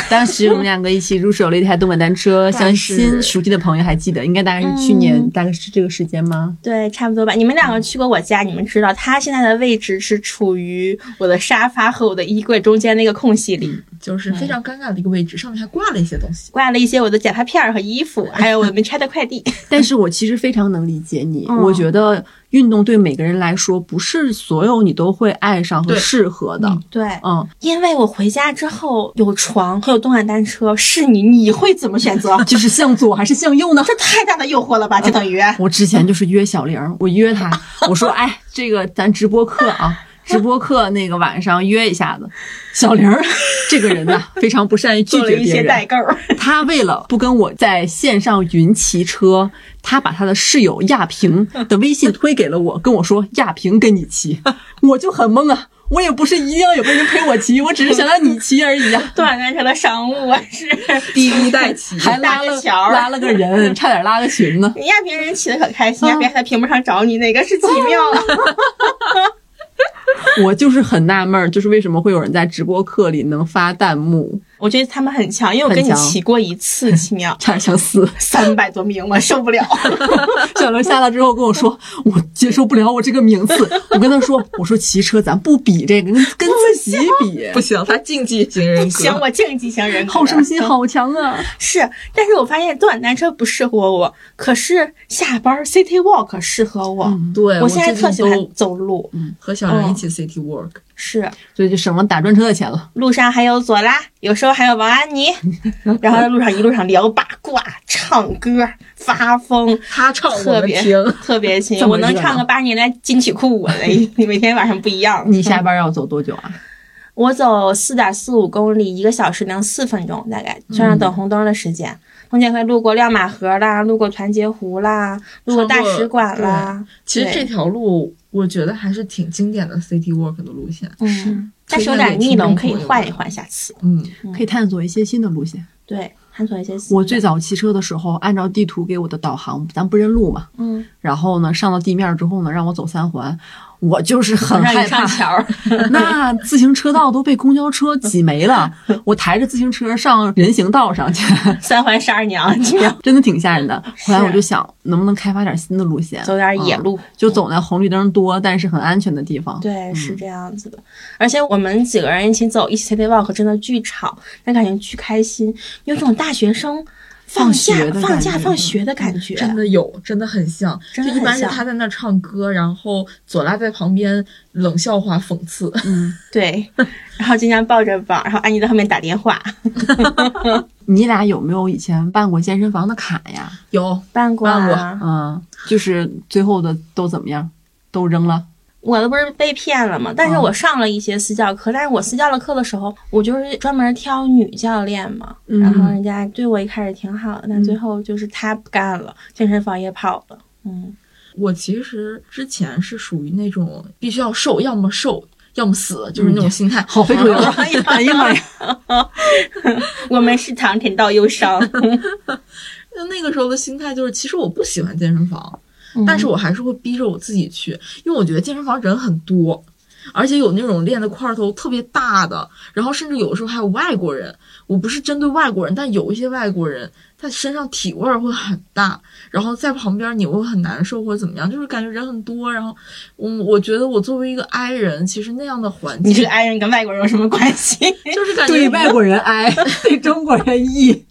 A: 当时我们两个一起入手了一台动感单
C: (laughs)
A: 车，相
B: 但是
A: 信熟悉的朋友还记得，应该大概是去年，
C: 嗯
A: 大概是这个时间吗？
C: 对，差不多吧。你们两个去过我家，你们知道他现在的位置是处于我的沙发和我的衣柜中间那个空隙
A: 嗯
C: 里，
B: 就是非常尴尬的一个位置，上面还挂了一些东西。
C: 挂了一些我的假发片儿和衣服，还有我没拆的
A: (laughs)
C: 快递。
A: 但是我其实非常能理解你，
C: 嗯
A: 我觉得运动对每个人来说，不是所有你都会爱上和
B: 对
A: 适合的。
C: 对，
A: 嗯，
C: 因为我回家之后有床和有动感单车，是你，你会怎么选
A: (laughs)
C: 择？
A: 就是向左还是向右呢？ (laughs)
C: 这太大的诱惑了吧，这等于。
A: 我之前就是约小玲儿，我约她，我
C: (laughs)
A: 说哎，这个咱直播课啊，直播课那个晚上约一下子。小玲儿 (laughs) 这个人呐、非常不善于拒
C: 做了
A: 绝
C: 一
A: 别
C: 些代
A: 人。
C: 购， (laughs)
A: 她为了不跟我在线上云骑车，她把她的室友亚
C: (laughs)
A: 萍的微信推给了我，跟我说亚萍跟你骑， (laughs) 我就很懵啊。我也不是一定要有个人陪我骑，我只是想让你骑而已
C: (laughs)
A: 啊。
C: 动感单车的商务啊是。
B: 第一代起，
A: 还拉
C: 搭
A: 了
C: 个桥儿
A: 拉了个人，差点拉个群呢。 (laughs)
C: 人家别人骑的可开心，
A: 啊
C: 人家别人在屏幕上找你，哪个是奇妙啊？
A: 嗯我就是很纳闷儿，就是为什么会有人在直播课里能发弹幕，
C: (laughs) 我觉得他们很强，因为我跟你
A: 很强，
C: 骑过一次奇妙
A: (laughs) 差点想死。
C: 三百多名我受不
A: (laughs)
C: 了。
A: 小刘下来之后跟我说，我接受不了我这个名次。 (laughs) 我跟他说，我说骑车咱不比这个，跟跟自己
C: (laughs)
A: 比，
B: (laughs)
C: 啊
B: 不行，他竞技型人格，
C: 行，我竞技型人格
A: 好胜心好强啊！
C: 是，但是我发现动感单车不适合我，可是下班儿 City Walk 适合我。
A: 嗯
B: 对
C: 我现在特喜
B: 最近
C: 欢
B: 都
C: 走路，
B: 和小人一起 city walk，、
C: 是
A: 所以就省了打专车的钱了。
C: 路上还有左拉，有时候还有王
A: (laughs)
C: 安妮，然后在路上一路上聊八卦、唱歌、发疯，
B: 他唱我
C: 特
B: 们
C: 别
B: 听。
C: 特别亲。
A: 这么
C: 我能
A: 热
C: 唱
A: 闹
C: 个八十年代金曲库，我的每天晚上不一样。嗯
A: 你下班要走多久啊？
C: 我走四点四五公里，一个小时零四分钟，大概算
A: 嗯
C: 上等红灯的时间。中间会路过亮马河啦，路过团结湖啦，路过大
B: 穿过
C: 使馆啦，
B: 其实
C: 对
B: 这条路我觉得还是挺经典的 city walk 的路线。
C: 嗯，但是有
B: 推荐
C: 点
B: 给
C: 腻了，我们
B: 听
C: 可以
B: 众朋友
C: 换一
B: 们
C: 换，下次。
B: 嗯，
A: 可以探索一些新的路线。
C: 对，探索一些新
A: 我
C: 的
A: 最早骑车的时候，按照地图给我的导航，咱不认路嘛。
C: 嗯，
A: 然后呢，上到地面之后呢，让我走三环，我就是很
C: 让
A: 害
C: 你
A: 怕
C: 上。桥儿，
A: (laughs) 那自行车道都被公交车挤没了， (laughs) 我抬着自行车上人行道上去，
C: (laughs)
A: (laughs)
C: 三环十二娘，这样
A: 真的挺吓人的。后来
C: 是
A: 我就想，能不能开发点新的路线，
C: 走点野
A: 嗯
C: 路。
A: 就走在红绿灯多但是很安全的地方。
C: 对，是
A: 嗯
C: 这样子的。而且我们几个人一起走，一起 city walk，真的巨吵，但感觉巨开心，有种大学生放
A: 放
C: 假
A: 学的
C: 放
A: 感
C: 假
A: 觉嗯
C: 放学的感觉。
B: 真的有，真的很像。
C: 真的
B: 就一般
C: 很
B: 是
C: 像
B: 他在那儿唱歌，然后左拉在旁边冷笑话讽刺。 (laughs)
A: 嗯， (laughs)
C: 对，然后经常抱着膀，然后安妮在后面打电话，
A: 你俩有没有以前办过健身房的卡呀？
B: 有，
C: 办过、
B: 办
C: 啊。
A: 嗯，就是最后的都怎么样？都扔了？
C: 我都不是被骗了嘛，但是
A: 嗯
C: 我上了一些私教课，但是我私教的课的时候，我就是专门挑女教练嘛，
A: 嗯
C: 然后人家对我一开始挺好的，但最后就是他不干了，健身房也跑了，嗯，
B: 我其实之前是属于那种必须要瘦，要么瘦，要么死，就是那种心态。
A: 好非主流！
B: 然后
A: 哎呀妈呀！
C: (laughs) 我们是唐甜到忧伤，
B: 那那个时候的心态就是，其实我不喜
A: 嗯
B: 欢健身房，但是我还是会逼着我自己去，因为我觉得健身房人很多，而且有那种练的块头特别大的，然后甚至有的时候还有外国人。我不是针对外国人，但有一些外国人他身上体味儿会很大，然后在旁边你会很难受或者怎么样，就是感觉人很多。然后，嗯，我觉得我作为一个 I 人，其实那样的环
C: 你这
B: 境
C: 个 i 人跟外国人有什么关系？
B: 就是感觉
A: 对外国人哀，对中国人义。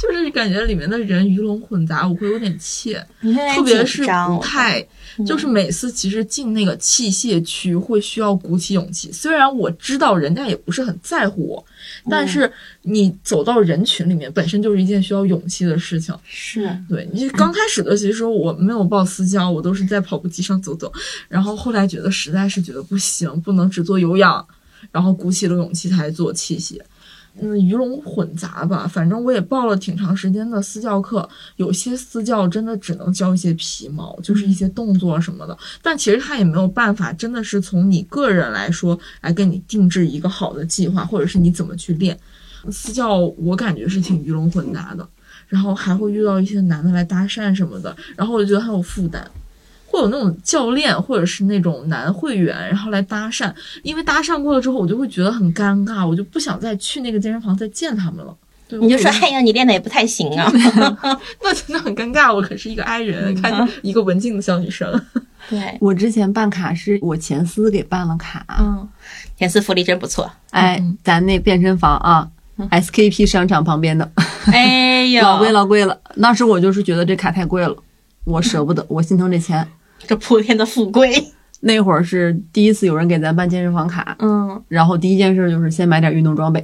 B: 就是感觉里面的人鱼龙混杂，我会有点怯。
C: 你现在
B: 特别是
C: 紧张嗯
B: 不太，就是每次其实进那个器械区会需要鼓起勇气。虽然我知道人家也不是很在乎我，
C: 嗯
B: 但是你走到人群里面本身就是一件需要勇气的事情。
C: 是
B: 对你刚开始的其实我没有报私教，我都是在跑步机上走走，然后后来觉得实在是觉得不行，不能只做有氧，然后鼓起了勇气才做器械。嗯，鱼龙混杂吧，反正我也报了挺长时间的私教课，有些私教真的只能教一些皮毛，就是一些动作什么的，但其实他也没有办法，真的是从你个人来说来给你定制一个好的计划，或者是你怎么去练。私教我感觉是挺鱼龙混杂的，然后还会遇到一些男的来搭讪什么的，然后我就觉得很有负担。会有那种教练或者是那种男会员，然后来搭讪，因为搭讪过了之后，我就会觉得很尴尬，我就不想再去那个健身房再见他们了。对，
C: 你就
B: 我
C: 说，
B: 会
C: 哎呀，你练的也不太行啊。
B: (laughs) 那真的很尴尬。我可是一个 i
C: 嗯
B: 人，看一个文静的小女生，
C: 对，
A: 我之前办卡是我前司给办了卡，
C: 嗯，田思福利真不错。
A: 哎，咱那健身房啊。SKP 商场旁边的
C: 哎呦，
A: 老贵老贵了，当时我就是觉得这卡太贵了，我舍不得，我心疼这钱。
C: 这铺天的富贵。
A: 那会儿是第一次有人给咱办健身房卡，
C: 嗯，
A: 然后第一件事就是先买点运动装备，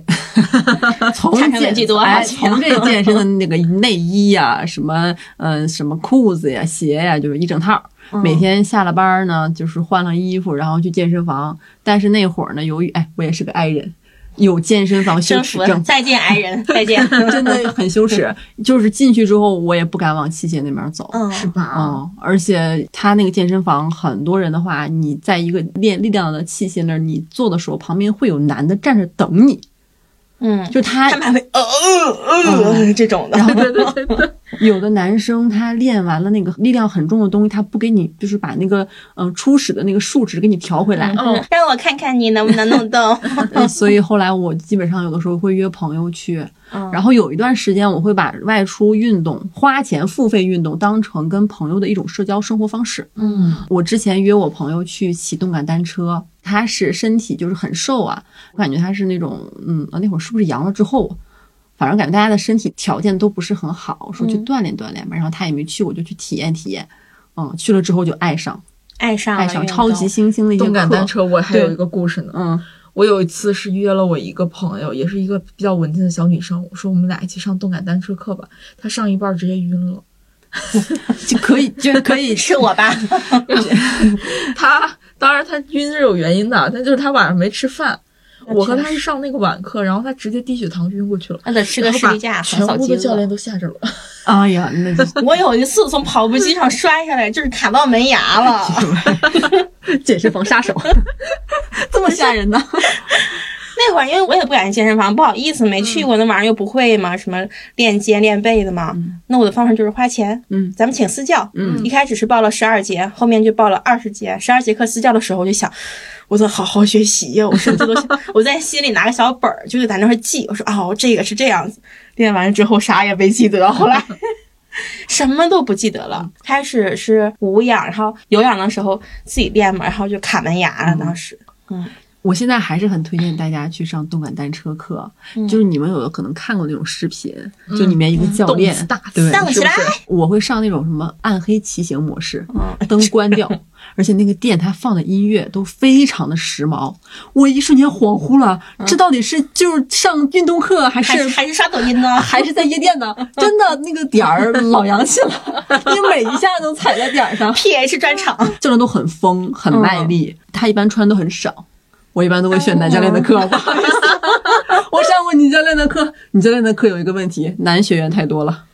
A: 从
C: 看看
A: 健
C: 能记多少
A: 哎，
C: 钱
A: 从这健身的那个内衣呀、 (laughs) 什么嗯、呃什么裤子呀、鞋呀，就是一整套。
C: 嗯
A: 每天下了班儿呢，就是换了衣服，然后去健身房。但是那会儿呢，由于哎，我也是个 i 人，有健身房羞
C: 征
A: 耻
C: 服了，
A: 症，
C: 再见
A: (laughs)
C: 爱人，再见。
A: 真的很羞耻。就是进去之后，我也不敢往器械那边走。
C: 嗯，
B: 是吧？
A: 嗯，而且他那个健身房，很多人的话，你在一个练力量的器械那儿，你做的时候，旁边会有男的站着等你，
C: 嗯，
A: 就他
C: 他们还会呃呃呃这种的。
A: 然后有的男生他练完了那个力量很重的东西，他不给你，就是把那个嗯、呃初始的那个数值给你调回来。
B: 嗯
C: 嗯，让我看看你能不能弄动。
A: 嗯所以后来我基本上有的时候会约朋友去，(laughs)
C: 嗯
A: 然后有一段时间我会把外出运动、花钱付费运动当成跟朋友的一种社交生活方式。
B: 嗯，
A: 我之前约我朋友去骑动感单车，他是身体就是很瘦啊，我感觉他是那种嗯，啊那会儿是不是阳了之后，反正感觉大家的身体条件都不是很好，我说去
C: 嗯
A: 锻炼锻炼吧，然后他也没去，我就去体验体验。嗯，去了之后就爱上，
C: 爱上了
A: 爱上
C: 运
A: 超
C: 动
A: 级新兴的一些
B: 动感
A: 课
B: 单，车，我还有
A: 对
B: 一个故事呢。
A: 嗯，
B: 我有一次是约了我一个朋友，也是一个比较文静的小女生，我说我们俩一起上动感单车课吧。她上一半儿直接晕了，
A: 就可以就可
C: (laughs)
A: 以
C: 是我吧？
B: 她当然她晕是有原因的，但就是她晚上没吃饭。我和她
C: 确
B: 是上那个晚课，然后她直接低血糖晕过去了。
C: 那得吃个
B: 然后
C: 士
B: 把
C: 力架，
B: 全
C: 横扫
B: 屋
C: 饥
B: 的教
C: 饿 (laughs)
B: 练。都吓着了。
A: 哎呀，那就
C: 我有一次从跑步机上摔下来，就是卡到门牙了。 (laughs)
A: 健身房 (laughs) 杀手，这么吓人呢？
C: 那会儿因为我也不敢去健身房，不好意思没去过，那玩意儿又不会嘛，什么练肩练背的嘛。那我的方式就是花钱，
A: 嗯，
C: 咱们请私教，
A: 嗯
C: 一开始是报了十二节，后面就报了二十节。十二节课私教的时候，我就想，我得好好学习呀，我甚至都想 (laughs) 我在心里拿个小本儿，就是在那儿记，我说哦，这个是这样子。练完之后啥也没记得，后
A: (laughs)
C: 来什么都不记得了。开始是无氧，然后有氧的时候自己练嘛，然后就卡门牙
A: 嗯
C: 了，当时。
A: 我现在还是很推荐大家去上动感单车课，
C: 嗯
A: 就是你们有可能看过那种视频，就里面一个教练
B: 嗯动次打，
A: 对，
C: 荡起来，
A: 我会上那种什么暗黑骑行模式，
C: 嗯，
A: 灯关
C: (laughs)
A: 掉，而且那个店它放的音乐都非常的时髦，我一瞬间恍惚了，这到底是就是上运动课还
C: 嗯还
A: 是
C: 是还是刷抖
A: (laughs)
C: 音呢？
A: 还是在夜店
C: (laughs)
A: 呢？真的那个点儿老洋气了，你每一下都踩在点儿上。
C: PH 专场， (laughs)
A: 教练都很疯，很卖力，他一般穿都很少。我一般都会选男教练的课， (laughs) 不好意思，我上过女教练的课。女教练的课有一个问题，男学员太多了。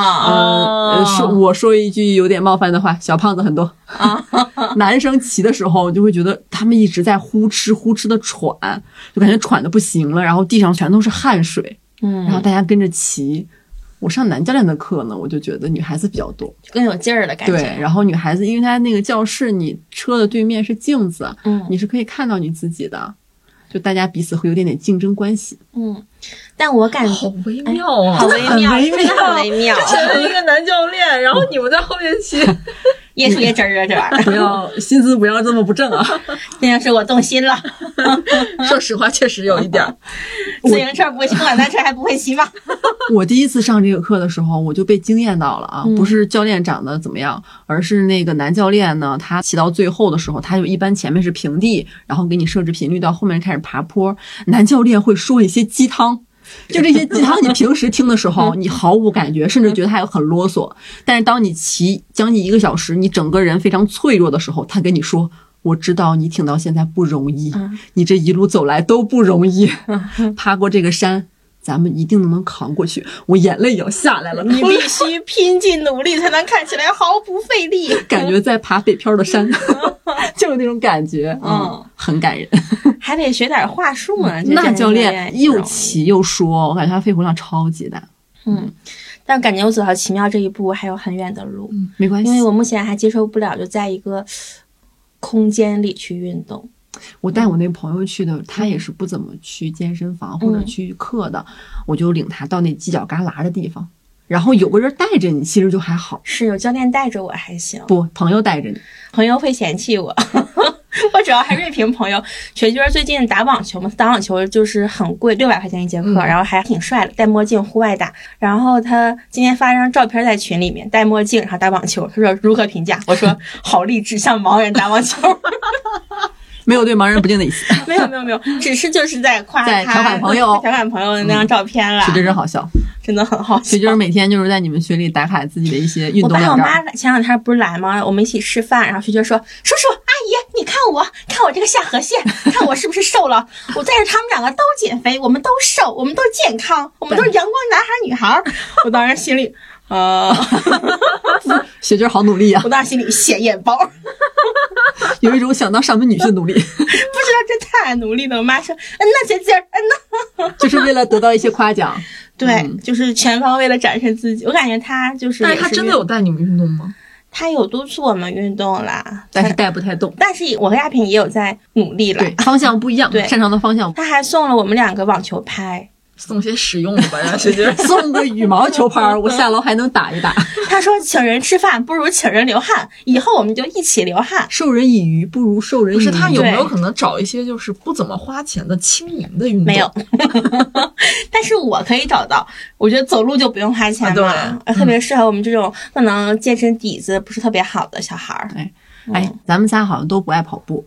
C: 啊
A: 呃，说我说一句有点冒犯的话，小胖子很多。 (laughs) 男生骑的时候就会觉得他们一直在呼哧呼哧的喘，就感觉喘的不行了，然后地上全都是汗水，
C: 嗯
A: 然后大家跟着骑。我上男教练的课呢，我就觉得女孩子比较多，
C: 更有劲儿的感觉。
A: 对，然后女孩子，因为她那个教室，你车的对面是镜子，
C: 嗯
A: 你是可以看到你自己的，就大家彼此会有点点竞争关系。 (laughs)
C: 嗯，但我感
B: 好微妙啊！
C: 哎好
B: (laughs)
C: 微妙，
A: 很微
C: 真的很微 (laughs) 妙，
B: 前面一个男教练，然后你们在后面骑，
C: 越说越真儿啊，这玩意儿。
A: 不要心思不要这么不正啊！ (laughs)
C: 那要是我动心了，
B: 说实话确实有一点儿。
C: 自行车不会骑，共享单车还不会骑吗？
A: 我第一次上这个课的时候，我就被惊艳到了啊！
C: 嗯
A: 不是教练长得怎么样，而是那个男教练呢，他骑到最后的时候，他就一般前面是平地，然后给你设置频率，到后面开始爬坡。男教练会说一些鸡汤，就这些鸡汤，你平时听的时候你毫无感觉，甚至觉得它很啰嗦。但是当你骑将近一个小时，你整个人非常脆弱的时候，他跟你说。我知道你挺到现在不容易，
C: 嗯
A: 你这一路走来都不容易，爬过这个山，咱们一定能扛过去。我眼泪要下来了，
C: 你必须拼尽努力才能看起来毫不费力。
A: (laughs) 感觉在爬北漂的山，
C: (laughs)
A: 就是那种感觉，嗯
C: 嗯，
A: 很感人。
C: (laughs) 还得学点话术呢。这
A: 那
C: 真
A: 教
C: 是
A: 练
C: 有
A: 又
C: 点
A: 骑又说，我感觉他肺活量超级大，
C: 嗯，但感觉我走到奇妙这一步还有很远的路，
A: 没关系
C: 因为。我目前还接受不了就在一个空间里去运动。
A: 我
C: 嗯
A: 带我那朋友去的，他也是不怎么去健身房或
C: 嗯
A: 者去课的，我就领他到那犄角旮旯的地方，然后有个人带着你，其实就还好。
C: 是有教练带着我还行，
A: 不，朋友带着你，
C: 朋友会嫌弃我。 (laughs) 我主要还锐评朋友，学娟最近打网球嘛，打网球就是很贵，六百块钱一节课，
B: 嗯
C: 然后还挺帅的，戴墨镜户外打。然后他今天发张照片在群里面，戴墨镜然后打网球，他说如何
A: (laughs)
C: 评价？我说好励志，像盲人打网球。
A: 没有对盲人不敬的意思，
C: (laughs) 没有没有没有，只是就是在夸
A: 在
C: 他
A: 调侃朋友
C: (laughs)
A: 嗯
C: 调侃朋友的那张照片啦，
A: 学真真好
C: (laughs)
A: 笑。
C: 真的很好笑
A: 学。就是每天就是在你们群里打卡自己的一些运
C: 我
A: 动
C: 爸
A: 量
C: 我
A: 照。
C: 妈前两天不是来吗？我们一起吃饭，然后学娟说：“叔叔阿姨，你看我，看我这个下颌线，看我是不是瘦了？”我带着他们两个都减肥，我们都瘦，我们都健康，我们都是阳光男孩女孩儿。我当时心里，呃，
A: 学姐好努力啊 (laughs)
C: 我，当时心里显眼包，不
A: 有一种想当上门女婿的努力，
C: (laughs) 知道这太努力了。我妈说：“嗯呐，姐姐，嗯呐。”
A: 就是为了得到一些夸奖。
C: 对
A: 嗯，
C: 就是全方位的展示自己。我感觉她就是，
B: 但是他真的有，带你们运动吗？
C: 她有督促我们运动啦，
A: 但是
C: 她。
A: 带不太动，
C: 但是我和亚萍也有在努力了
A: 对，，方向不一样，
C: 对
A: 擅长的方向。。
C: 她还送了我们两个网球拍，
B: 送些实用的吧，让学姐
A: 送个羽毛球拍儿，我下楼还能打一打。
C: 他说：“请人吃饭不如请人流汗，以后我们就一起流汗。
A: 授人以鱼不如授人以渔。
B: 不是他有没有
C: 对
B: 可能找一些就是不怎么花钱的轻盈的运动？”
C: 没有， (laughs) 但是我可以找到。我觉得走路就不用花钱嘛，
B: 啊
C: 呃特别适合我们这种可能健身底子不是特别好的小孩儿。
A: 对
C: 哦
A: 哎，咱们仨好像都不爱跑步，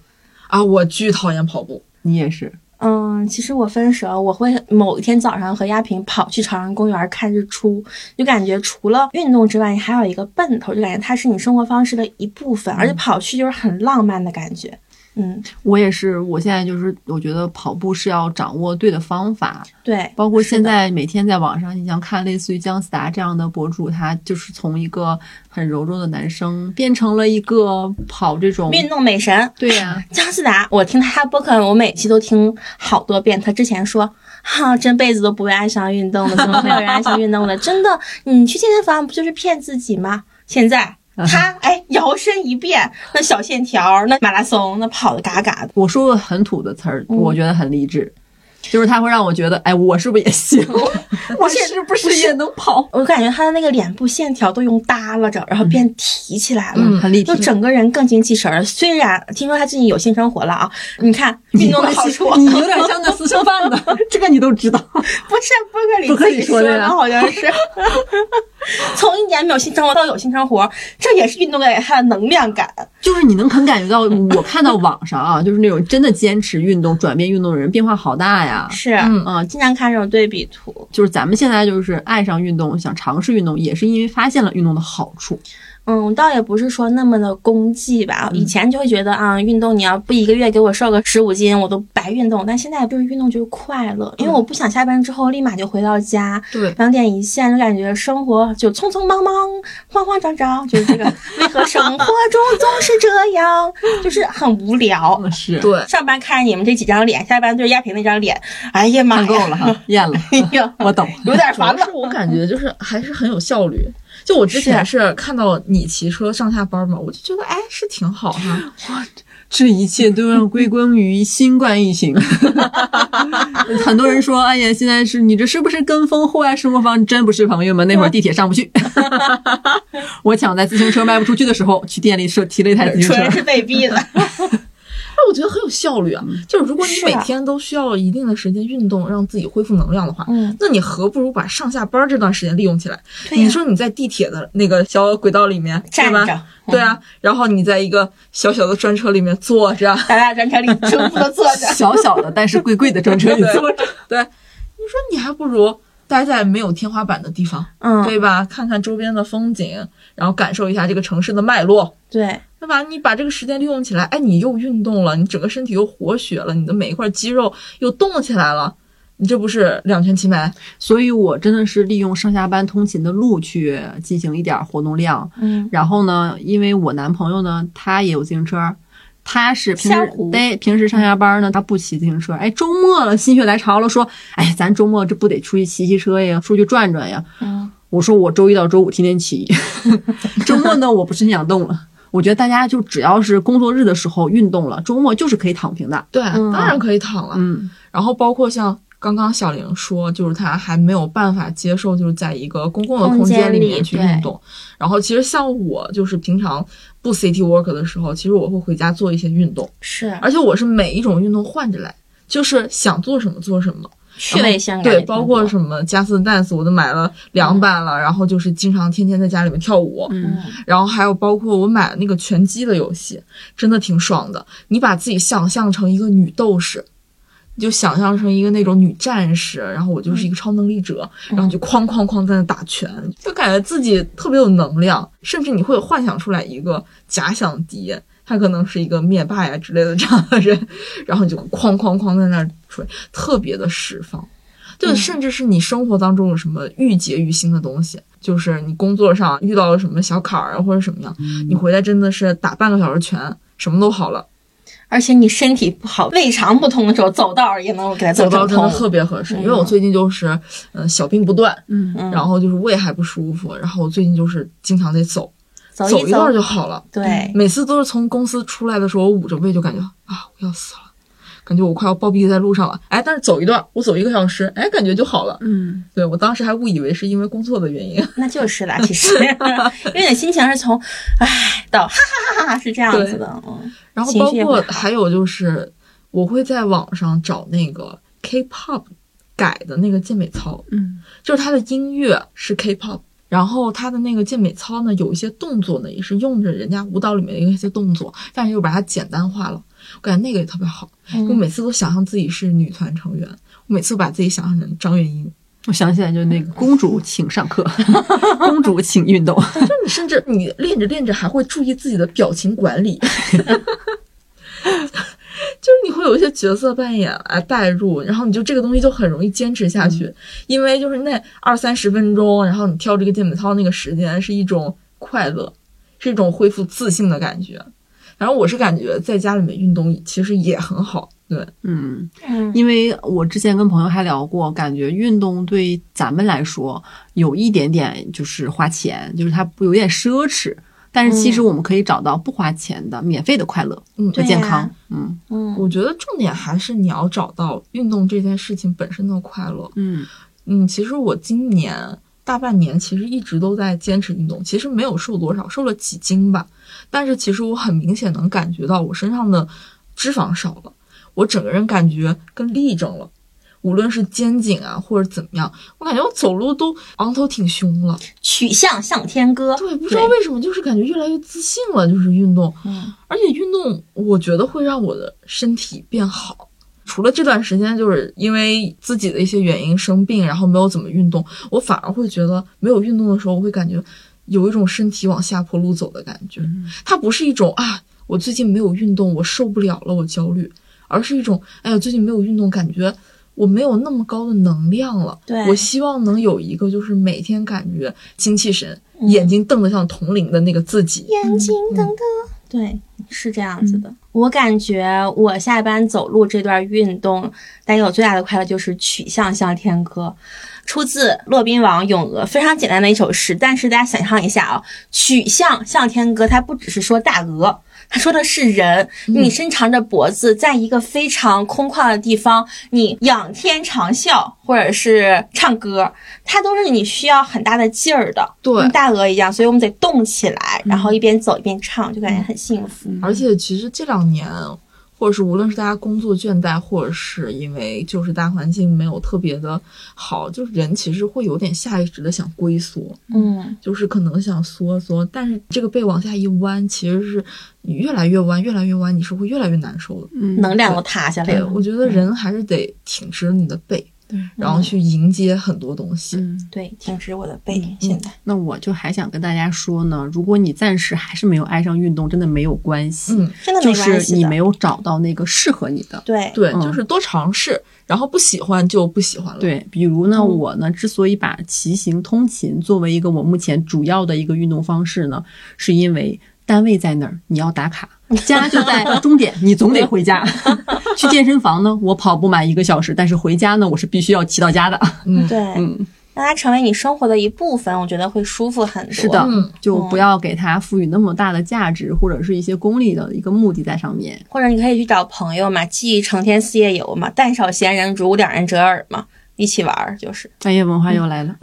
B: 啊，我巨讨厌跑步。
A: 你也是。
C: 嗯，其实我分手，我会某一天早上和亚萍跑去朝阳公园看日出，就感觉除了运动之外，你还有一个奔头，就感觉它是你生活方式的一部分，而且跑去就是很浪漫的感觉。嗯，
A: 我也是，我现在就是我觉得跑步是要掌握对的方法，
C: 对，
A: 包括现
C: 是的
A: 在每天在网上，你想看类似于姜思达这样的博主，他就是从一个很柔弱的男生变成了一个跑这种
C: 运动美神。
A: 对
C: (laughs)
A: 呀、
C: 姜思达，我听他播客，我每期都听好多遍。他之前说，哈、这辈子都不会爱上
A: (laughs)
C: 运动的，怎么会有人爱上运动的？真的，你去健身房不就是骗自己吗？现在
A: 嗯
C: 他哎，摇身一变，那小线条，那马拉松，那跑的嘎嘎的。
A: 我说个很土的词儿，
C: 嗯
A: 我觉得很励志，就是他会让我觉得，哎，我是不是也行？我
C: 是
A: 是不是也能跑？
C: 我感觉他的那个脸部线条都用耷拉着，然后变提起来了。
A: 嗯，很励志
C: 就。整个人更精气神儿了。虽然听说他最近有性生活了啊，你看 (laughs) 运动的好处，啊
A: 你有点像那私生饭
C: (laughs)
A: 的，这个你都知道。
C: 不是博客里
A: 不可以
C: 自己
A: 说的呀
C: 好像是。 (laughs) 从一年没有性生活到有性生活，这也是运动给他的能量感。啊
A: 就是你能很感觉到，我看到网上啊，就是那种真的坚持运动、转变运动的人变化好大呀。
C: 是，
B: 嗯
A: 啊、
C: 经常看这种对比图。
A: 就是咱们现在就是爱上运动，想尝试运动，也是因为发现了运动的好处。
C: 嗯，倒也不是说那么的功绩吧。以前就会觉得啊，运动你要不一个月给我瘦个十五斤，我都白运动。但现在就是运动就是快乐，因为我不想下班之后立马就回到家，
B: 对，
C: 两点一线，就感觉生活就匆匆忙忙、慌慌张张，就是这个。为何生活中总是这样？就是很无聊。
A: 是，
C: (laughs)
B: 对，
C: 上班看你们这几张脸，下班对亚萍那张脸，哎呀妈
A: 看够
C: 呀，
A: 了哈，厌 (laughs) 了，
C: 哎呀，
A: 我懂。
C: 有点烦了
B: 但是。我感觉就是还是很有效率。就我之前是看到你骑车上下班嘛，我就觉得哎是挺好
A: 嗯
B: 哈。
A: 这一切都要归功于新冠疫情。 (laughs) 很多人说：“哎呀，现在是你这是不是跟风户外生活方？真不是朋友们，那会儿地铁上不去。 (laughs) 我抢在自行车卖不出去的时候，去店里说提了一台自行
C: 纯
A: 车。，
C: 是被逼的，
B: 那我觉得很有效率啊。就是如果你
C: 是
B: 每
C: 啊
B: 天都需要一定的时间运动，让自己恢复能量的话，
C: 嗯，
B: 那你何不如把上下班这段时间利用起来？
C: 对呀
B: 你说你在地铁的那个小轨道里面，对
C: 站
B: 吧？
C: 着，
B: 对啊，然后你在一个小小的专车里面坐着，
C: 咱俩专车里征服的坐着
A: 小小的，但是贵贵的专车里坐着。
B: 对，你说你还不如待在没有天花板的地方，
C: 嗯，
B: 对吧？看看周边的风景，然后感受一下这个城市的脉络，
C: 对，
B: 对吧？你把这个时间利用起来，哎，你又运动了，你整个身体又活血了，你的每一块肌肉又动起来了，你这不是两全其美？
A: 所以我真的是利用上下班通勤的路去进行一点活动量。
C: 嗯，
A: 然后呢，因为我男朋友呢，他也有自行车，他是平
C: 相
A: 时
C: 互
A: 对平时上下班呢，他不骑自行车。哎，周末了，心血来潮了，说，哎，咱周末这不得出去骑骑车呀，出去转转呀。
C: 嗯
A: 我说我周一到周五天天骑， (laughs) 周末呢我不是很想动了。我觉得大家就只要是工作日的时候运动了，周末就是可以躺平的。
B: 对，啊
C: 嗯
B: 当然可以躺了。
A: 嗯，
B: 然后包括像刚刚小玲说，就是她还没有办法接受，就是在一个公共的空间里面去运动。然后其实像我，就是平常不 city work 的时候，其实我会回家做一些运动，
C: 是
B: 而且我是每一种运动换着来，就是想做什么做什么。
C: 趣味性感
B: 对，
C: 也
B: 包
C: 更
B: 括
C: 多
B: 什么加斯 dance，我都买了两版了，然后就是经常天天在家里面跳舞。
A: 嗯
C: 嗯
B: 然后还有包括我买了那个拳击的游戏，真的挺爽的。你把自己想象成一个女斗士，你就想象成一个那种女战士，然后我就是一个超能力者，然后你就哐哐哐在那打拳，就感觉自己特别有能量，甚至你会幻想出来一个假想敌。他可能是一个灭霸呀之类的这样的人，然后你就哐哐哐在那儿锤，特别的释放。就
C: 嗯
B: 甚至是你生活当中有什么郁结于心的东西，就是你工作上遇到了什么小坎儿啊或者什么样，你回来真的是打半个小时拳，什么都好了，
C: 而且你身体不好、胃肠不通的时候，走道儿也能给它走
B: 走道
C: 正
B: 真的
C: 通。
B: 特别合适。
C: 嗯
B: 因为我最近就是，呃，小病不断，
A: 嗯，
C: 嗯，
B: 然后就是胃还不舒服，然后我最近就是经常得走，
C: 走
B: 走
C: 一
B: 一段儿就好了。
C: 对，
B: 每次都是从公司出来的时候，我捂着胃就感觉啊，我要死了。感觉我快要暴毙在路上了，哎，但是走一段儿，我走一个小时，哎，感觉就好了。
A: 嗯，
B: 对我当时还误以为是因为工作的原因，
C: 那就是啦，其实 (laughs) 因为你的心情是从唉到哈哈哈哈是这样子的，嗯
B: 然后
C: 情
B: 包
C: 绪也
B: 括
C: 会好
B: 还有就是，我会在网上找那个 K-pop 改的那个健美操，
A: 嗯，
B: 就是它的音乐是 K-pop，然后它的那个健美操呢，有一些动作呢也是用着人家舞蹈里面的一些动作，但是又把它简单化了，我感觉那个也特别好。
C: 嗯
B: 我每次都想象自己是女团成员，我每次把自己想象成张元英，
A: 我想起来就是那个公主请上课， (laughs) 公主请运动。
B: 就你甚至你练着练着还会注意自己的表情管理， (laughs) 就是你会有一些角色扮演来代入，然后你就这个东西就很容易坚持下去，因为就是那二三十分钟，然后你跳这个健美操那个时间是一种快乐，是一种恢复自信的感觉。反正我是感觉在家里面运动其实也很好，对，
A: 嗯。
C: 嗯
A: 因为我之前跟朋友还聊过，感觉运动对咱们来说有一点点就是花钱，就是它有点奢侈。但是其
C: 嗯
A: 实我们可以找到不花钱的、免费的快乐
B: 嗯，
A: 和
C: 对
A: 健
C: 呀
A: 康。嗯
C: 嗯，
B: 我觉得重点还是你要找到运动这件事情本身的快乐，
A: 嗯
B: 嗯，其实我今年大半年其实一直都在坚持运动，其实没有瘦多少，瘦了几斤吧。但是其实我很明显能感觉到我身上的脂肪少了，我整个人感觉更立正了。无论是肩颈啊，或者怎么样，我感觉我走路都昂头挺胸了。
C: 曲项向天歌，
B: 对，不知道为什么，就是感觉越来越自信了，就是运动。
C: 嗯
B: 而且运动，我觉得会让我的身体变好。除了这段时间，就是因为自己的一些原因生病，然后没有怎么运动，我反而会觉得没有运动的时候，我会感觉有一种身体往下坡路走的感觉。
C: 嗯
B: 它不是一种啊，我最近没有运动，我受不了了，我焦虑，而是一种哎呀，最近没有运动，感觉我没有那么高的能量了。
C: 对
B: 我希望能有一个就是每天感觉精气神，
C: 嗯
B: 眼睛瞪得像铜铃的那个自己。
C: 眼睛等等，对，是这样子的。我感觉我下班走路这段运动带给我最大的快乐就是《曲项向天歌》，出自《骆宾王·咏鹅》，非常简单的一首诗。但是大家想象一下啊，《曲项向天歌》它不只是说大鹅。它说的是人，你伸长着脖子，在一个非常空旷的地方，你仰天长啸，或者是唱歌，它都是你需要很大的劲儿的，
B: 对
C: 跟大鹅一样，所以我们得动起来，然
A: 嗯
C: 后一边走一边唱，就感觉很幸福。
B: 而且其实这两年，或者是无论是大家工作倦怠，或者是因为就是大环境没有特别的好，就是人其实会有点下意识的想龟缩，
C: 嗯，
B: 就是可能想缩缩，但是这个背往下一弯，其实是你越来越弯，越来越弯，你是会越来越难受的。
A: 嗯
C: 能量都塌下来
B: 对，
C: 了。
B: 我觉得人还是得挺直你的背，
A: 对，
B: 然后去迎接很多东西。
A: 嗯。
C: 对，挺直我的背，现在
A: 那我就还想跟大家说呢，如果你暂时还是没有爱上运动，真的没有关系，
B: 嗯，
C: 真的
A: 就
C: 没关系
A: 是
C: 的。
A: 你没有找到那个适合你的。
C: 对，
B: 对，
A: 嗯
B: 就是多尝试，然后不喜欢就不喜欢了。，
A: 对，比如呢，
C: 嗯
A: 我呢之所以把骑行通勤作为一个我目前主要的一个运动方式呢，是因为单位在哪儿，你要打卡；家就在终点，你总得回家。去健身房呢，我跑不满一个小时，但是回家呢，我是必须要骑到家的。
B: 嗯，
C: 对，
A: 嗯，
C: 让它成为你生活的一部分，我觉得会舒服很多。
A: 是的
B: 嗯，
A: 就不要给它赋予那么大的价值，或者是一些功利的一个目的在上面。
C: 或者你可以去找朋友嘛，记成天似夜游嘛，但少闲人足，两人折耳嘛，一起玩儿就是，
A: 专哎业文化又 (laughs) 来了。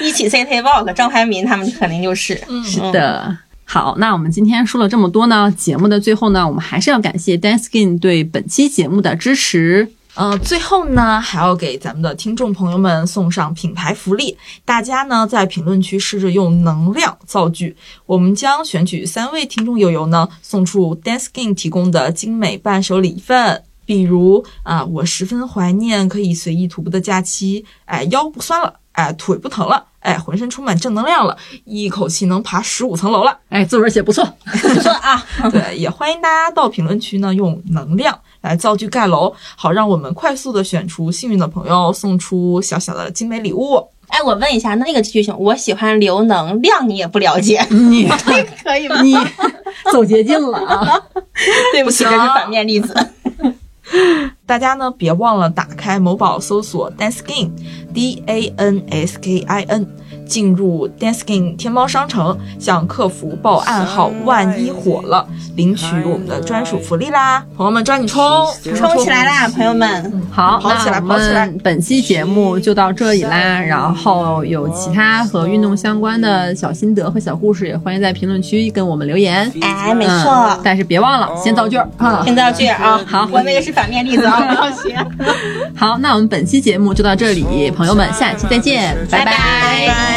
C: 一起 CT walk。张怀民他们肯定就是，
A: 嗯
C: 嗯
A: 是的。好，那我们今天说了这么多呢，节目的最后呢，我们还是要感谢 Danskin 对本期节目的支持。
B: 呃，最后呢，还要给咱们的听众朋友们送上品牌福利。大家呢在评论区试着用能量造句，我们将选取三位听众友友呢，送出 Danskin 提供的精美伴手礼一份。比如啊、我十分怀念可以随意徒步的假期，哎，腰不酸了，哎，腿不疼了，哎，浑身充满正能量了，一口气能爬十五层楼了。
A: 哎，作文写不错，
C: 不错啊，
B: 对，也欢迎大家到评论区呢，用能量来造句盖楼，好让我们快速的选出幸运的朋友，送出小小的精美礼物。
C: 哎，我问一下，那个剧情，我喜欢刘能量，你也不了
A: (laughs)
C: 解，
A: 你
C: 可以吗？
A: 你走捷径了啊！
C: (laughs) 对不起，
B: 不
C: 这
B: 行
C: 是反面例子。
B: 大家呢，别忘了打开某宝搜索 Danskin D A N S K I N，进入 Danskin 天猫商城，向客服报暗号“万一火了”，领取我们的专属福利啦！朋友们，抓紧冲，
C: (laughs) 冲起来啦，朋友们！
A: 好，
B: 跑起来
A: 那我
B: 跑起来
A: 们本期节目就到这里啦。然后有其他和运动相关的小心得和小故事，也欢迎在评论区跟我们留言。
C: 哎，没
A: 嗯
C: 错，
A: 但是别忘了先造句儿啊！
C: 先造句啊。
A: 好
C: 我那个是反面例子啊，不 (laughs) 要学。
A: 好，那我们本期节目就到这里，朋友们，下期再见，拜
C: 拜拜
B: 拜拜。